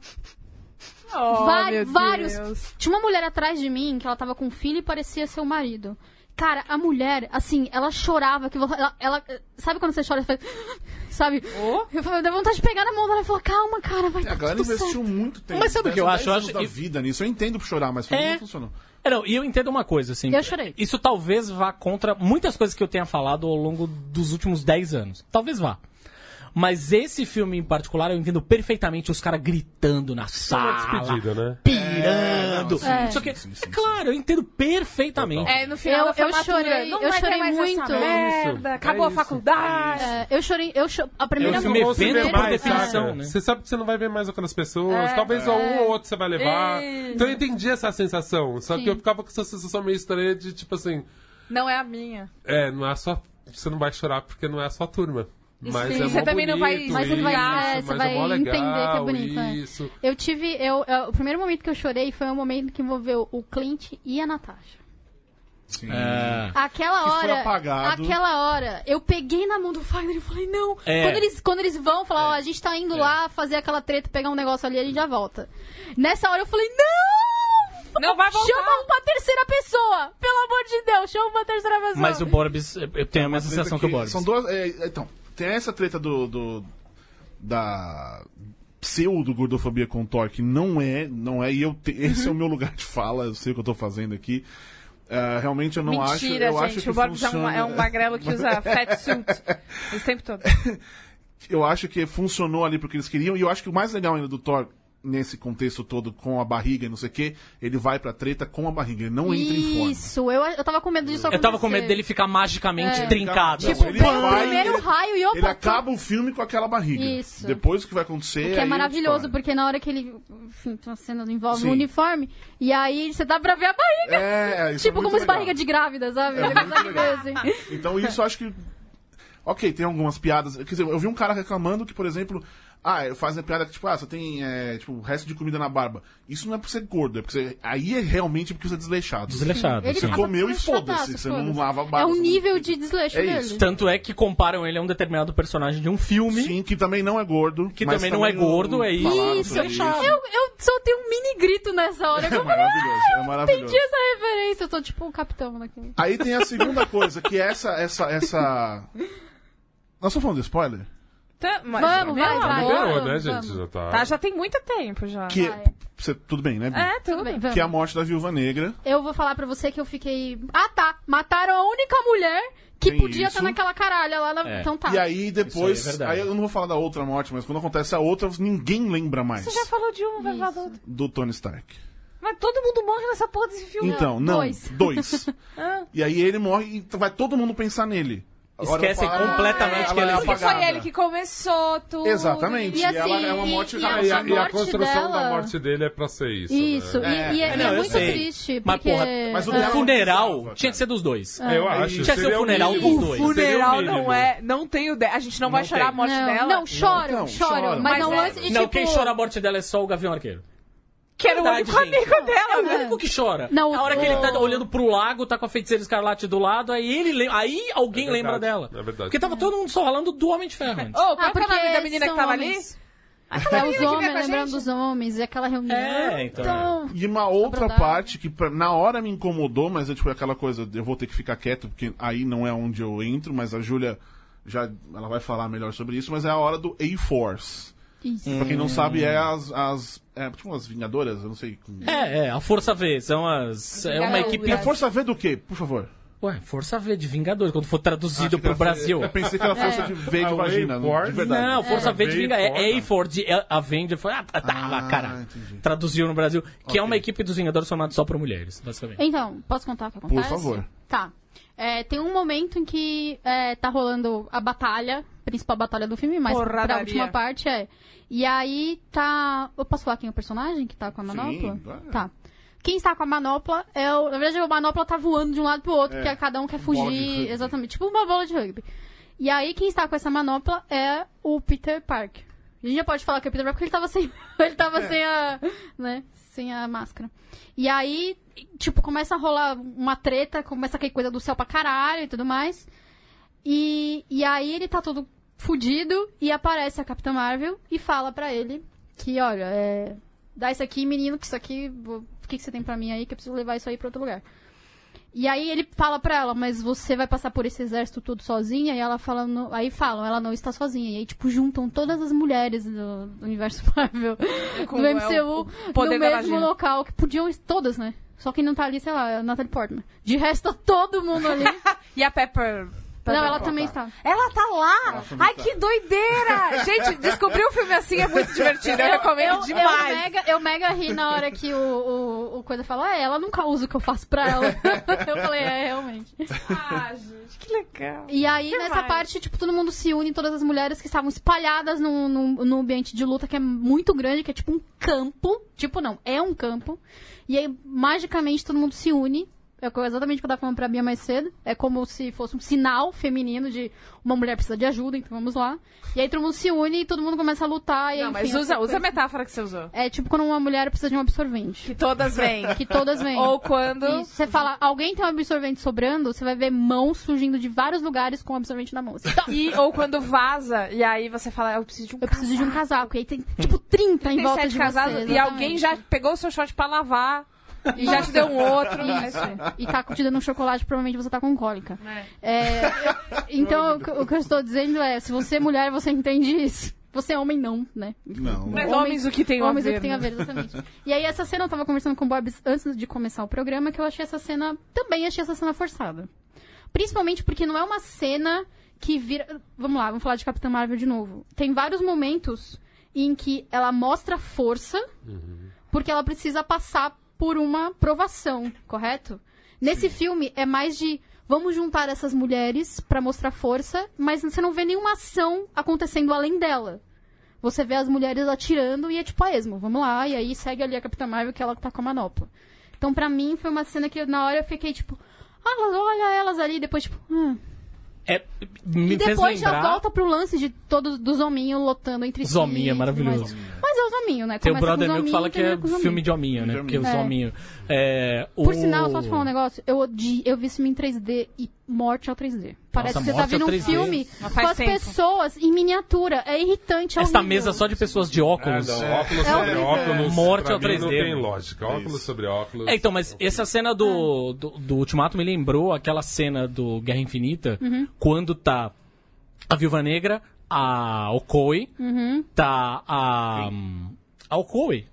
Oh,
Vari-
meu
vários.
Deus.
Tinha uma mulher atrás de mim que ela tava com um filho e parecia ser o marido. Cara, a mulher, assim, ela chorava que vo- ela, ela- sabe quando você chora, você faz, (gasps) sabe?
Oh.
Eu falei, deu vontade de pegar na mão dela e falar: "Calma, cara, vai
É, A
dar
galera
tudo certo."
investiu muito tempo.
Mas Tipo, sabe o que eu
Dez
acho? Eu
anos
acho-
da vida nisso. Eu entendo pra chorar, mas pra mim
É.
não funcionou.
É, não, e eu entendo uma coisa, assim.
Eu chorei.
Isso talvez vá contra muitas coisas que eu tenha falado ao longo dos últimos 10 anos. Talvez vá. Mas esse filme em particular, eu entendo perfeitamente os caras gritando na
é Uma
sala,
despedida, né?
pirando.
É, não, sim,
Só que,
sim, sim, sim.
é claro, eu entendo perfeitamente.
É, no final
Eu-
da
eu
formatura,
chorei,
não
eu
vai ter
chorei
mais
muito.
essa
É
merda,
isso,
acabou
é
a
isso.
faculdade.
É, eu chorei, eu cho... a primeira
Eu
Você
filme
não vou se
evento
ver
por
mais,
definição,
saca?
né?
Você sabe que você não vai ver mais aquelas
É.
pessoas. Talvez a um ou outro você vai levar.
Ei.
Então eu entendi essa sensação. Só que eu ficava com essa sensação meio estranha de tipo assim.
Não é a minha.
É, não é só. Você não vai chorar porque não é a sua turma. Mas
sim,
é
você
mó
também não vai-
bonito
mas
você vai-
isso,
é,
mas
você
é
vai
mó
entender que é
legal
bonito, é.
Isso.
Eu tive. Eu, eu- o primeiro momento que eu chorei foi um momento que envolveu o Clint e a Natasha.
Sim.
É.
Aquela
Que foi
hora.
apagado.
Aquela hora, eu peguei na mão do Fagner e falei, não.
É.
Quando, eles, quando eles vão
É.
falar, ó, a gente tá indo lá fazer aquela treta, pegar um negócio ali, a gente já volta. Nessa hora eu falei, não!
Não vai voltar.
Chama uma terceira pessoa! Pelo amor de Deus, chama uma terceira pessoa!
Mas o Borbs, eu tenho a mesma sensação que o Borbs.
São duas. é, então, tem essa treta do. do- da pseudo gordofobia com torque não é não é e eu te- esse é o
Uhum.
meu lugar de fala eu sei o que eu tô fazendo aqui Ah, realmente eu não acho
Mentira,
eu acho
gente.
que
o Borbs é um-
funciona-
é um magrelo que usa fat suit esse tempo todo.
(laughs) eu acho que funcionou ali porque eles queriam. E eu acho que o mais legal ainda do Thor, nesse contexto todo, com a barriga e não sei o quê, ele vai pra treta com a barriga. Ele não entra em forma.
Isso, eu, eu tava com medo disso acontecer.
Eu tava com medo dele ficar magicamente
É.
trincado.
Não,
Tipo,
É. ele
veio o
vai,
primeiro
ele-
raio e opa,
Ele
tô-
acaba o filme com aquela barriga.
Isso.
Depois o que vai acontecer.
O que é
aí
maravilhoso,
história.
porque na hora que ele. Enfim, tem uma cena que envolve
Sim.
um uniforme, e aí você dá pra ver a barriga.
É, isso é
tipo,
muito
como as
legal.
barrigas de grávida, sabe?
É
Você
muito
consegue ver,
legal.
assim.
Então isso eu acho que. Ok, tem algumas piadas. Quer dizer, eu vi um cara reclamando que, por exemplo, Ah, é, fazem a piada que, tipo, ah, você tem é, tipo, resto de comida na barba. Isso não é por ser gordo, é porque você, aí é realmente porque você é desleixado. assim.
Desleixado,
Ele
sim.
tava
comeu e
desleixadaço,
foda-se, você não
foda-se.
lava a barba,
É um
você não-
nível de desleixo
É
dele.
isso.
Tanto é que comparam ele a um determinado personagem de um filme.
Sim, que também não é gordo.
Que
mas
também não é gordo, é
falaram
Isso,
sobre
eu, eu só tenho um mini grito nessa hora. que
É
eu falei,
maravilhoso,
ah,
é
eu
maravilhoso.
entendi essa referência. Eu tô tipo um capitão naquele.
Aí tem a segunda coisa, que é essa, essa, essa... Nós estamos falando de spoiler?
Tá, mas-
Vamos,
Meu
vai, vai,
amor.
Liberou,
Ah, vamos,
né, gente?
vamos. assim,
Já tá.
Tá, já tem muito tempo já.
Que,
Vai.
você- tudo bem, né, Bi?
É, tudo,
Tudo bem,
bem.
vamos.
Que é a morte da Viúva Negra.
Eu vou falar pra você que eu fiquei. Ah, tá. Mataram a única mulher que
Tem
podia
isso.
estar naquela caralha lá. Na...
É.
Então tá.
E aí depois.
Isso aí é
aí,
verdade.
eu não vou falar da outra morte, mas quando acontece a outra, ninguém lembra mais
Você já falou de uma, vai falar
Isso.
da outra.
do Tony Stark.
Mas todo mundo morre nessa porra desse filme.
Então, não,
dois.
dois.
(laughs)
e aí ele morre e vai todo mundo pensar nele. Agora
Esquecem
fala, ah,
completamente
ela
que ele
é
Porque
apagada.
foi ele que começou tudo.
Exatamente.
E
ela
assim,
é uma
e-
morte
e
da-
Ah,
essa
e a, e a
morte
construção
dela-
da morte dele é pra ser isso.
Isso.
Né?
É.
E, e é,
É,
não,
é
eu
muito
sei.
triste.
Mas,
porque... é.
porra,
mas o
O
dela- é
funeral tinha que ser dos dois.
Eu acho.
Tinha que ser o
seria um
funeral
mínimo.
dos dois.
O
um
funeral
Seria
não
o mínimo.
é. Não tem o. De... A gente não, vai
Não
chorar a
tem.
morte
não,
dela.
Não, choram,
Então,
choram.
choram.
Mas
Mas
não
é-
antes de
não,
tipo.
quem chora a morte dela é só o Gavião Arqueiro.
Que era o
Verdade,
único
gente. É
amigo dela,
O
né?
único que chora.
Não,
a hora
o-
que ele tá olhando pro lago, tá com a feiticeira escarlate do lado, aí ele lem- aí alguém
É verdade,
lembra dela.
é verdade.
Porque tava todo mundo só falando do Homem de Ferro antes.
Ô, qual
Ah,
que é o nome da menina que
são
tava
homens.
ali?
É os
menina que veio
homens,
com a gente?
lembrando dos homens, e aquela reunião.
É, então.
E uma outra
Abordagem.
parte que pra- na hora me incomodou, mas é tipo aquela coisa, eu vou ter que ficar quieto, porque aí não é onde eu entro, mas a Júlia já ela vai falar melhor sobre isso, mas é a hora do A-Force.
Isso.
Pra quem não sabe, é as. as é, tipo umas Vingadoras, eu não sei. como-
É, é, a Força V, são as. É uma
Vingadores.
equipe.
É Força V do quê, por favor?
Ué, Força V de Vingadores, quando for traduzido
Ah,
Acho que
pro
era-
Brasil.
Eu pensei que era força de V
Ah,
de
o
vagina, não, de
A-Force?
verdade.
Não, Força V de
V,
Vingadores. É A4
Força.
de Avenger. Foi, ah, tá, tá, lá,
Ah,
cara.
entendi.
Traduziu no Brasil. Que é uma
Ok.
equipe dos Vingadores formada só por mulheres, basicamente.
Então, posso contar o que acontece?
favor.
Tá. É, tem um momento em que é, tá rolando a batalha, principal batalha do filme, mas pra
Porradaria.
última parte é. E aí tá. Eu posso falar quem é o personagem que tá com a
Sim,
manopla?
claro.
Tá. Quem está com a manopla é o. Na verdade, a manopla tá voando de um lado pro outro,
É.
porque cada um quer
Bola de
fugir.
rugby.
Exatamente. Tipo uma bola de rugby. E aí, quem está com essa manopla é o Peter Parker. A gente já pode falar que é o Peter Parker porque ele tava sem. (laughs) ele tava
É.
sem a. né? Sem a máscara. E aí, tipo, começa a rolar uma treta, começa a cair coisa do céu pra caralho e tudo mais. E, e aí ele tá todo fudido e aparece a Capitã Marvel e fala pra ele que, olha, é, dá isso aqui, menino, que isso aqui, vou- o que, que você tem pra mim aí, que eu preciso levar isso aí pra outro lugar. E aí ele fala pra ela, mas você vai passar por esse exército todo sozinha? E ela fala, "Não", aí falam, ela não está sozinha. E aí, tipo, juntam todas as mulheres do, do universo (laughs) Marvel,
Como
do
é o-
MCU,
o poder
no
da
mesmo
vagina.
local, que podiam, es- todas, né? Só quem não tá ali, sei lá, é a Natalie Portman. De resto, (laughs) tá todo mundo
(laughs)
ali.
E a Pepper.
não, ela também está.
Ela tá lá! Ai, que doideira! Gente, descobrir um filme assim é muito divertido. Eu né? recomendo
eu,
demais.
Eu mega, eu mega ri na hora que o, o, o coisa falou, é, ela nunca usa o que eu faço pra ela. (laughs) eu falei, é, realmente.
Ah, gente, que legal.
E aí,
Que
nessa
mais?
parte, tipo, todo mundo se une, todas as mulheres que estavam espalhadas num, num, num ambiente de luta que é muito grande, que é tipo um campo. Tipo, não, é um campo. E aí, magicamente, todo mundo se une. É o que- exatamente o que eu tava falando pra Bia mais cedo. É como se fosse um sinal feminino de uma mulher precisa de ajuda, então vamos lá. E aí todo mundo se une e todo mundo começa a lutar. E,
Não,
enfim,
mas
essa
usa, usa a
coisa.
metáfora que você usou.
É tipo quando uma mulher precisa de um absorvente.
Que todas vêm.
Que todas vêm.
(laughs) Ou quando.
Isso, Você fala, alguém tem um absorvente sobrando, você vai ver mão surgindo de vários lugares com o absorvente na mão. Assim, "Tá,
E, ou quando vaza, e aí você fala, eu preciso de um
eu preciso de um casaco. E aí tem, tipo, 30 em
Tem
volta
sete
de
casados
você.
e alguém já pegou o seu shot pra lavar e já te deu um outro. É isso aí.
exatamente. E tá te dando um chocolate, provavelmente você tá com cólica. É, eu- então, o que- o que eu estou dizendo é, se você é mulher, você entende isso. Você é homem, não, né?
Não.
Mas
Homens-
homens, o que tem
Homens
a
é
ver,
o que tem a
né?
ver, exatamente. e aí, essa cena, eu tava conversando com o Bob antes de começar o programa, que eu achei essa cena. Também achei essa cena forçada. Principalmente porque não é uma cena que vira. Vamos lá, vamos falar de Capitã Marvel de novo. Tem vários momentos em que ela mostra força, porque ela precisa passar por uma provação, correto? Nesse filme é mais de vamos juntar essas mulheres pra mostrar força, mas você não vê nenhuma ação acontecendo além dela. Você vê as mulheres atirando e é tipo a esmo, vamos lá, e aí segue ali a Capitã Marvel que ela tá com a manopla. Então pra mim foi uma cena que na hora eu fiquei tipo, ah, olha elas ali, depois tipo, hum,
É, me
e
fez
depois já
lembrar-
volta pro lance de todos do Zominho lotando entre si.
Zominho é
e tudo
maravilhoso.
mais. Mas é o Zominho, né?
Tem o
Começa com
brother meu que
Zominho,
fala que é
termina com Zominho.
filme de hominho, né?
Filme de
Porque o
hominho.
zominho. É,
Por
o-
sinal, só te falar um negócio, eu odi, eu vi esse filme em 3D e morte ao 3D. Parece
Nossa,
que você tá
morte ao
vendo um
3D.
filme
Mas
com
faz
as
tempo.
pessoas em miniatura. É irritante, é
Esta
horrível.
mesa só de pessoas de
Ah,
óculos.
não, óculos
É
sobre
horrível.
óculos.
Morte
pra
ao
mim
3D,
Não tem
mano.
lógica. Óculos
Isso.
sobre óculos.
É, então, mas essa cena do,
Ah.
do, do Ultimato me lembrou aquela cena do Guerra Infinita,
Uhum.
quando tá a Viúva Negra, a Okoi,
Uhum.
tá a... A Okoi.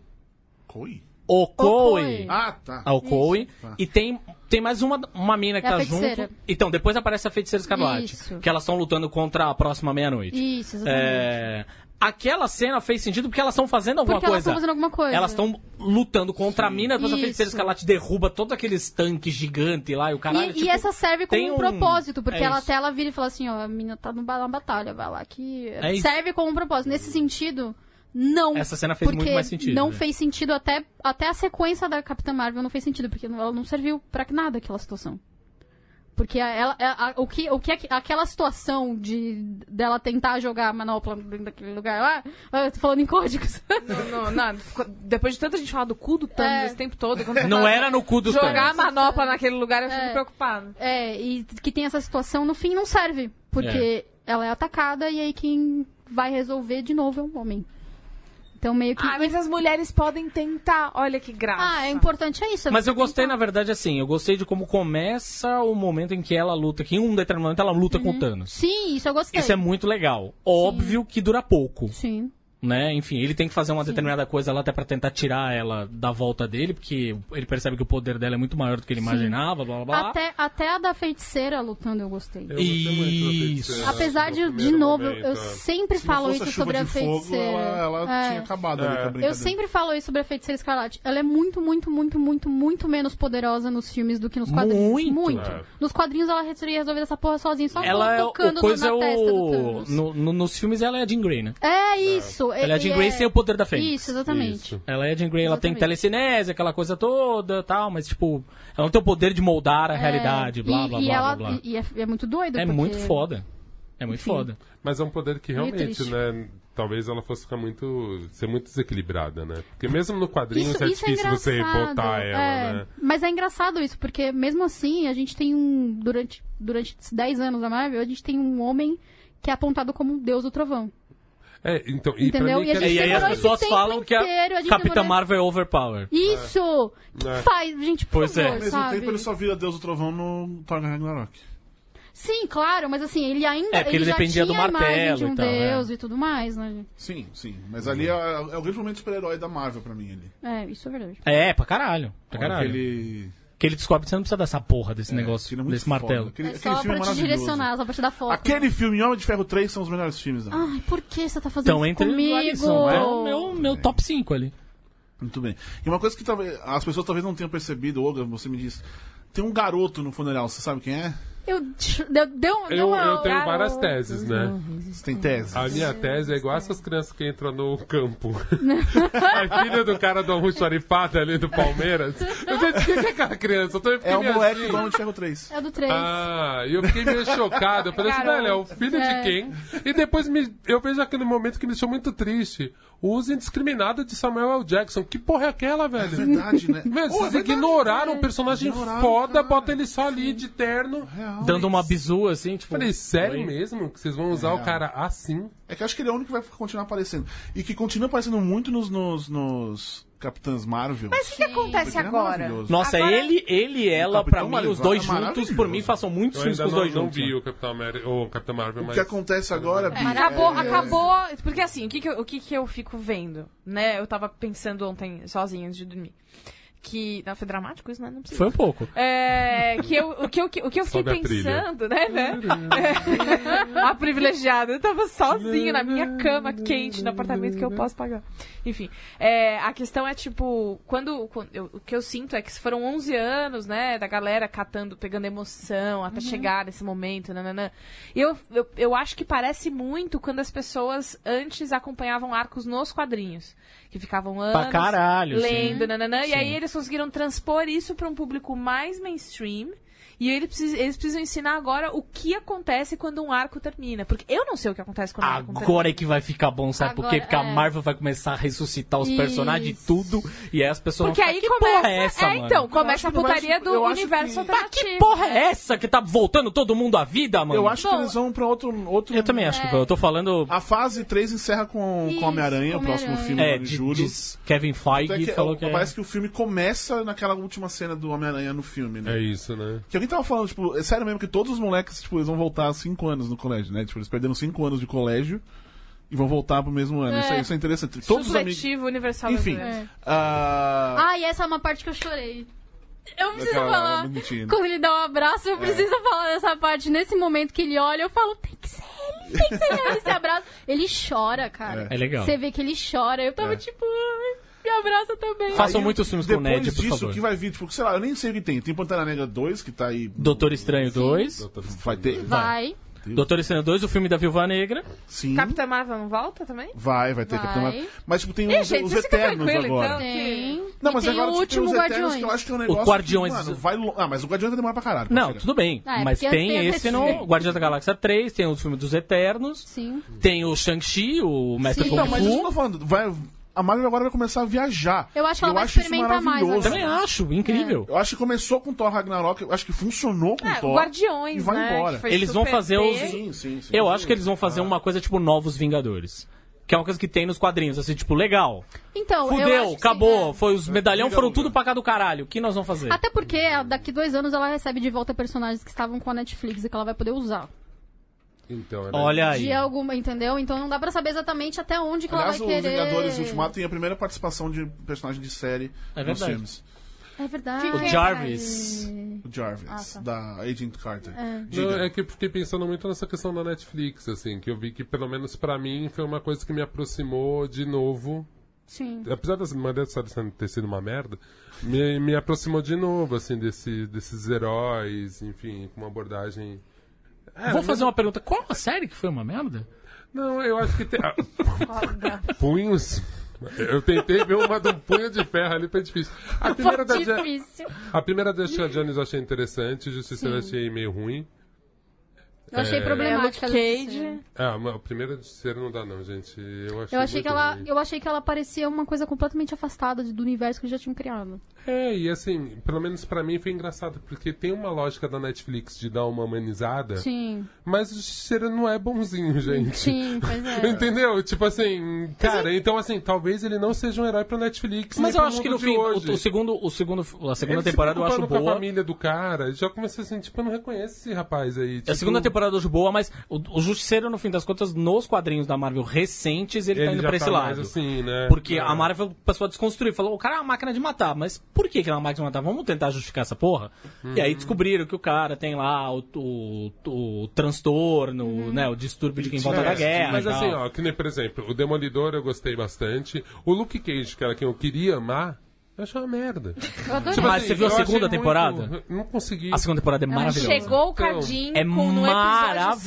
Coi?
Okoi.
Ah, tá.
A Okoi. E tem, tem mais uma, uma mina que
É a
tá
feiticeira.
junto. Então, depois aparece a Feiticeira Escarlate.
Isso.
Que elas estão lutando contra a próxima meia-noite.
Isso, exatamente.
É, aquela cena fez sentido porque elas estão fazendo alguma
Porque elas
coisa.
estão fazendo alguma coisa.
Elas estão lutando contra a mina, depois a
Isso.
feiticeira escarlate derruba todos aqueles tanques gigantes lá e o caralho.
E, e
tipo,
essa serve
tem
como um
um-
propósito, porque
é
ela
isso.
até ela vira e fala assim, ó, a menina tá numa numa batalha, vai lá que...
É isso.
serve como um propósito. Nesse sentido, não.
Essa cena fez
porque
muito mais sentido,
não
né?
fez sentido, até, até a sequência da Capitã Marvel não fez sentido, porque ela não serviu pra nada aquela situação. Porque a- ela, a- a- o que, o que é que- aquela situação de dela tentar jogar a manopla dentro daquele lugar lá, ah, eu tô falando em códigos. (laughs)
Não, não, não. Ficou- Depois de tanto a gente falar do cu do Thanos
É.
esse tempo todo. quando você
Não
fala-
era no cu do
Jogar a
Thanos.
manopla naquele lugar, eu fico preocupado.
É, e que tem essa situação, no fim não serve. Porque ela é atacada e aí quem vai resolver de novo é um homem. Então meio que.
Ah, mas as mulheres podem tentar. Olha que graça.
Ah, é importante é isso. é
Mas
você
eu gostei, na
tentar.
verdade, assim, eu gostei de como começa o momento em que ela luta, que em um determinado momento ela luta com o Thanos.
Uhum. Sim, isso eu gostei.
Isso é muito legal. Óbvio que dura pouco.
Sim.
né? Enfim, ele tem que fazer uma determinada coisa lá até pra tentar tirar ela da volta dele, porque ele percebe que o poder dela é muito maior do que ele imaginava, blá blá blá.
Até, até a da feiticeira lutando eu gostei.
Eu gostei muito da feiticeira.
Isso.
Apesar
No
de, de
primeiro
novo,
momento,
eu
é.
então.
sempre
Se não
falo
fosse
isso
chuva
sobre a
de fogo,
feiticeira.
ela, ela
É.
tinha acabado ali com a brincadeira.
Eu sempre falo isso sobre a Feiticeira Escarlate. Ela é muito, muito, muito, muito, muito menos poderosa nos filmes do que nos quadrinhos.
Muito.
É.
Nos quadrinhos ela teria resolvido essa porra sozinha, só
Ela é o
Tá tocando
coisa
na
é
testa do
o
Thanos.
no, no- nos filmes ela é a Jean Grey, né?
É isso. É,
Ela é a Jean Grey sem o poder da Fênix.
Isso, exatamente.
Isso.
Ela é a Jean Grey, ela tem
Exatamente.
telecinese, aquela coisa toda, tal, mas tipo, ela não tem o poder de moldar a realidade, blá
É, e,
blá
e
blá
ela,
blá. blá.
E, e é, é muito doido.
É
porque-
muito foda. É muito foda.
Mas é um poder que
Meio
realmente,
triste.
né? Talvez ela fosse ficar muito. ser muito desequilibrada, né? Porque mesmo no quadrinho
Isso,
é
isso é
difícil
engraçado.
você botar ela,
é.
né?
Mas é engraçado isso, porque mesmo assim, a gente tem um. Durante, durante esses 10 anos da Marvel, a gente tem um homem que é apontado como um deus do trovão.
É, então, e pra
Entendeu?
mim
E a
que
gente
E aí
demorou
as
esse
pessoas
tempo
falam que
inteiro, a
a
gente
Capitã
demorou-
Marvel é overpower.
Isso! Que
É.
faz, gente, por
Pois é.
favor,
Ao mesmo
sabe?
tempo ele só vira Deus do Trovão no Thor Ragnarok.
Sim, claro, mas assim, ele ainda
É, porque ele
já
dependia
tinha
do
a imagem
martelo
de um
e tal, é.
deus e tudo mais, né?
Sim, sim. Mas ali é, é o grande momento super-herói da Marvel pra mim ali.
É, isso é verdade.
É, pra caralho. Pra caralho.
Aquele.
Que ele descobre que você não precisa dessa porra desse
aquele
negócio,
é muito
desse
foda.
martelo.
Aquele,
é
aquele
só
filme é
pra te
maravilhoso.
direcionar, só pra te dar foto.
Aquele filme e Homem de Ferro 3 são os melhores filmes. Né?
Ai, por que você tá fazendo
Então,
isso
entre
comigo?
Alisson, é o meu, meu top 5 ali.
Muito bem. E uma coisa que talvez as pessoas talvez não tenham percebido, Olga, você me disse. Tem um garoto no funeral, você sabe quem é?
Eu, deu, deu, um
Eu,
deu uma-
eu tenho
cara,
várias teses, né?
Você tem tese?
Ah,
A minha tese é igual essas crianças que
(laughs)
entram no campo. a filha do cara do almoxarifado ali do Palmeiras. Eu já disse, o que é aquela criança? Eu tô, eu fiquei
É o
meio
moleque
assim.
do Homem de Ferro 3.
É o do 3.
Ah, e eu
(laughs)
fiquei meio chocado. Eu falei assim,
Garoto.
velho, é o filho de
É.
quem? E depois me- eu vejo aquele momento que me deixou muito triste. O uso indiscriminado de Samuel L. Jackson. Que porra é aquela,
É
velho?
verdade, né?
Velho,
Pô, é
vocês
verdade.
ignoraram um personagem
Ignoraram,
foda,
cara. É,
bota ele só ali de terno.
(laughs) Real.
Dando uma bizu assim, tipo.
Eu falei, sério
Oi?
mesmo que vocês vão usar o cara assim?
É que eu acho que ele é o único que vai continuar aparecendo. E que continua aparecendo muito nos, nos, nos Capitãs Marvel.
Mas o que, que acontece
Porque ele é
agora?
maravilhoso.
Nossa,
Agora-
ele, ele e ela,
Capitão
pra mim,
Marvel
os dois
é
juntos, por mim,
maravilhoso.
façam muitos
Eu
filmes
ainda
com os
não,
dois
não
juntos.
vi o Capitão, América, ou Capitão Marvel,
O
mas...
que acontece agora, Bi?
Acabou,
é-
acabou. Porque assim, o que, que eu, o que, que eu fico vendo, né? Eu tava pensando ontem, sozinha, antes de dormir. Que. Não, foi dramático isso, né? Não precisa.
Foi um pouco.
É, que eu, o, que eu, o que eu fiquei
Sobe a trilha.
pensando, né? né? É, (laughs) a privilegiada. Eu tava sozinha na minha cama, quente, no apartamento que eu posso pagar. Enfim, é, a questão é tipo, quando, quando eu- o que eu sinto é que foram 11 anos, né, da galera catando, pegando emoção até chegar nesse momento, nananã. E eu, eu, eu acho que parece muito quando as pessoas antes acompanhavam arcos nos quadrinhos, que ficavam anos
Pra caralho, assim. sim.
lendo, nananã, e
Sim.
aí eles conseguiram transpor isso pra um público mais mainstream E ele precisa- eles precisam ensinar agora o que acontece quando um arco termina. Porque eu não sei o que acontece quando um arco termina.
Agora é que vai ficar bom, sabe por quê?
Agora,
Porque a
é.
Marvel vai começar a ressuscitar os
Isso.
personagens e tudo, e aí as pessoas
Porque
vão
aí
ficar, que
começa.
porra é essa, mano?
então,
acho
começa a
que não vai-
putaria do
eu acho
universo
que-
Mas
alternativo.
que porra é essa que tá voltando todo mundo à vida, mano?
Eu acho Ah, que
Bom,
eles vão pra outro. outro...
Eu também
É.
acho que foi. Eu tô falando...
A fase 3 encerra com,
Isso,
com Homem-Aranha, o
com
próximo
Homem-Aranha.
filme
É,
lá de
de-
julho.
diz Kevin Feige
Até que-
falou que é...
Parece que o filme começa naquela última cena do Homem-Aranha no filme, né?
É isso, né?
Que alguém tava falando, tipo, é sério mesmo que todos os moleques, tipo, eles vão voltar há cinco anos no colégio, né? Tipo, eles perderam cinco anos de colégio e vão voltar pro mesmo ano. Isso, é, isso é interessante. Todos os amigos.
Supletivo universal.
Enfim.
brasileiro.
ah,
é. Ah, e essa é uma parte que eu chorei. Eu preciso
Aquela
falar.
bonitinha, né?
Quando ele dá um abraço, eu preciso falar dessa parte. Nesse momento que ele olha, eu falo, tem que ser ele, tem que ser ele esse abraço. Ele chora, cara.
É legal.
Você vê que ele chora. Eu tava tipo, ai, me abraça também.
Façam muitos filmes com o
depois
Ned, por
disso,
favor.
que vai vir, tipo, sei lá, eu nem sei o que tem. Tem Pantera Negra 2, que tá aí.
Doutor Estranho 2.
Vai ter?
Vai.
Doutor Estranho 2, o filme da Viúva Negra.
Sim.
É. Capitã Marvel não volta também?
Vai, vai ter
Vai.
Capitão Marvel. Mas, tipo, tem
Ih,
os,
gente,
os
vocês ficam
Eternos
tranquilos,
agora.
então.
Tem.
Não, mas
e tem
agora tipo,
o
tem
último
os Eternos,
Guardiões.
que eu acho que é um negócio. que,
Guardiões.
mano, vai lo- Ah, mas o Guardiões vai demorar pra caralho. pra
Não,
chegar.
tudo bem.
Ah, é
mas
porque
tem
tem
esse
esse
no
filme.
Guardiões da Galáxia 3, tem o filme dos Eternos,
Sim.
tem o Shang-Chi, o Mestre
Sim. então,
Não,
Kung
mas isso que eu
Fu.
tô falando. Vai, a Marvel agora vai começar a viajar.
Eu acho que ela vai
isso
experimentar mais
maravilhoso.
agora.
Também acho, incrível.
Eu acho que começou com Thor Ragnarok, eu acho que funcionou com
É,
Ah,
Thor.
Guardiões,
E vai
né?
embora.
que foi
Eles vão
super
fazer
bem.
os-
Sim, sim,
É.
sim.
Eu acho que eles vão fazer uma coisa tipo Novos Vingadores. Que é uma coisa que tem nos quadrinhos, assim, tipo, legal.
Então, eu acho
Fudeu,
que
acabou,
sim,
foi os medalhão,
Legal,
foram tudo
né?
pra cá do caralho. O que nós vamos fazer?
é. Até porque daqui dois anos ela recebe de volta personagens que estavam com a Netflix e que ela vai poder usar.
Então, né?
Olha aí.
De alguma, entendeu? Então não dá pra saber exatamente até onde que
Aliás,
ela
o
vai querer.
Vingadores Ultimato tem a primeira participação de personagem de série
É
nos
verdade.
filmes.
É verdade.
O Jarvis.
O Jarvis,
Ah, tá.
da Agent Carter.
Não,
Diga.
é que eu fiquei pensando muito nessa questão da Netflix, assim, que eu vi que, pelo menos pra mim, foi uma coisa que me aproximou de novo
Sim.
apesar das Mandela sabe sendo- ter sido uma merda, me, me aproximou de novo, assim, desse, desses heróis, enfim, com uma abordagem.
Vou fazer uma pergunta. Qual a série que foi uma merda?
Não, eu acho que tem. ah, punhos. Eu tentei ver uma de um punho de ferro ali, foi difícil. A primeira da, Ja-
Difícil.
a primeira da Jessica Jones eu achei interessante, Justiça eu achei meio ruim.
Eu achei
É.
problemática.
Luke
essa
Cage.
cena.
Ah, mas a primeira de ser não dá, não, gente. Eu achei,
Eu achei que
muito
ela,
ruim.
eu achei que ela parecia uma coisa completamente afastada de- do universo que eles já tinham criado.
É, e assim, pelo menos pra mim foi engraçado, porque tem uma lógica da Netflix de dar uma humanizada.
Sim.
Mas o Cera não é bonzinho, gente. (laughs)
Sim, pois é.
Entendeu? Tipo assim, cara, então assim, talvez ele não seja um herói pra Netflix.
é- Mas
nem
eu
pro
acho que no
mundo de
fim, o,
hoje.
o segundo, o segundo, a segunda
Ele se
temporada eu acho
preocupando com a
boa.
família do cara, já comecei assim, tipo, eu não reconheço esse rapaz aí.
É A
tipo,
segunda temporada eu acho boa, mas o, o Justiceiro, no fim das contas, nos quadrinhos da Marvel recentes, ele,
ele
tá indo
já
pra esse
tá mais
lado.
assim, né?
Porque
É.
a Marvel passou a desconstruir. Falou, o cara é uma máquina de matar. Mas por que, que ele é uma máquina de matar? Vamos tentar justificar essa porra? E
Uhum.
aí descobriram que o cara tem lá o, o, o transtorno, né? O distúrbio de quem volta da
É,
guerra.
Mas
e tal.
assim, ó, que nem, por exemplo, o Demolidor eu gostei bastante. O Luke Cage, que era quem eu queria amar, eu achei uma merda.
Eu adorei.
Tipo, Mas você viu a
Tipo assim, eu achei
segunda
muito-
temporada?
Não consegui.
A segunda temporada é maravilhosa.
Chegou o Cadinho
É
com no episódio
maravilhosa.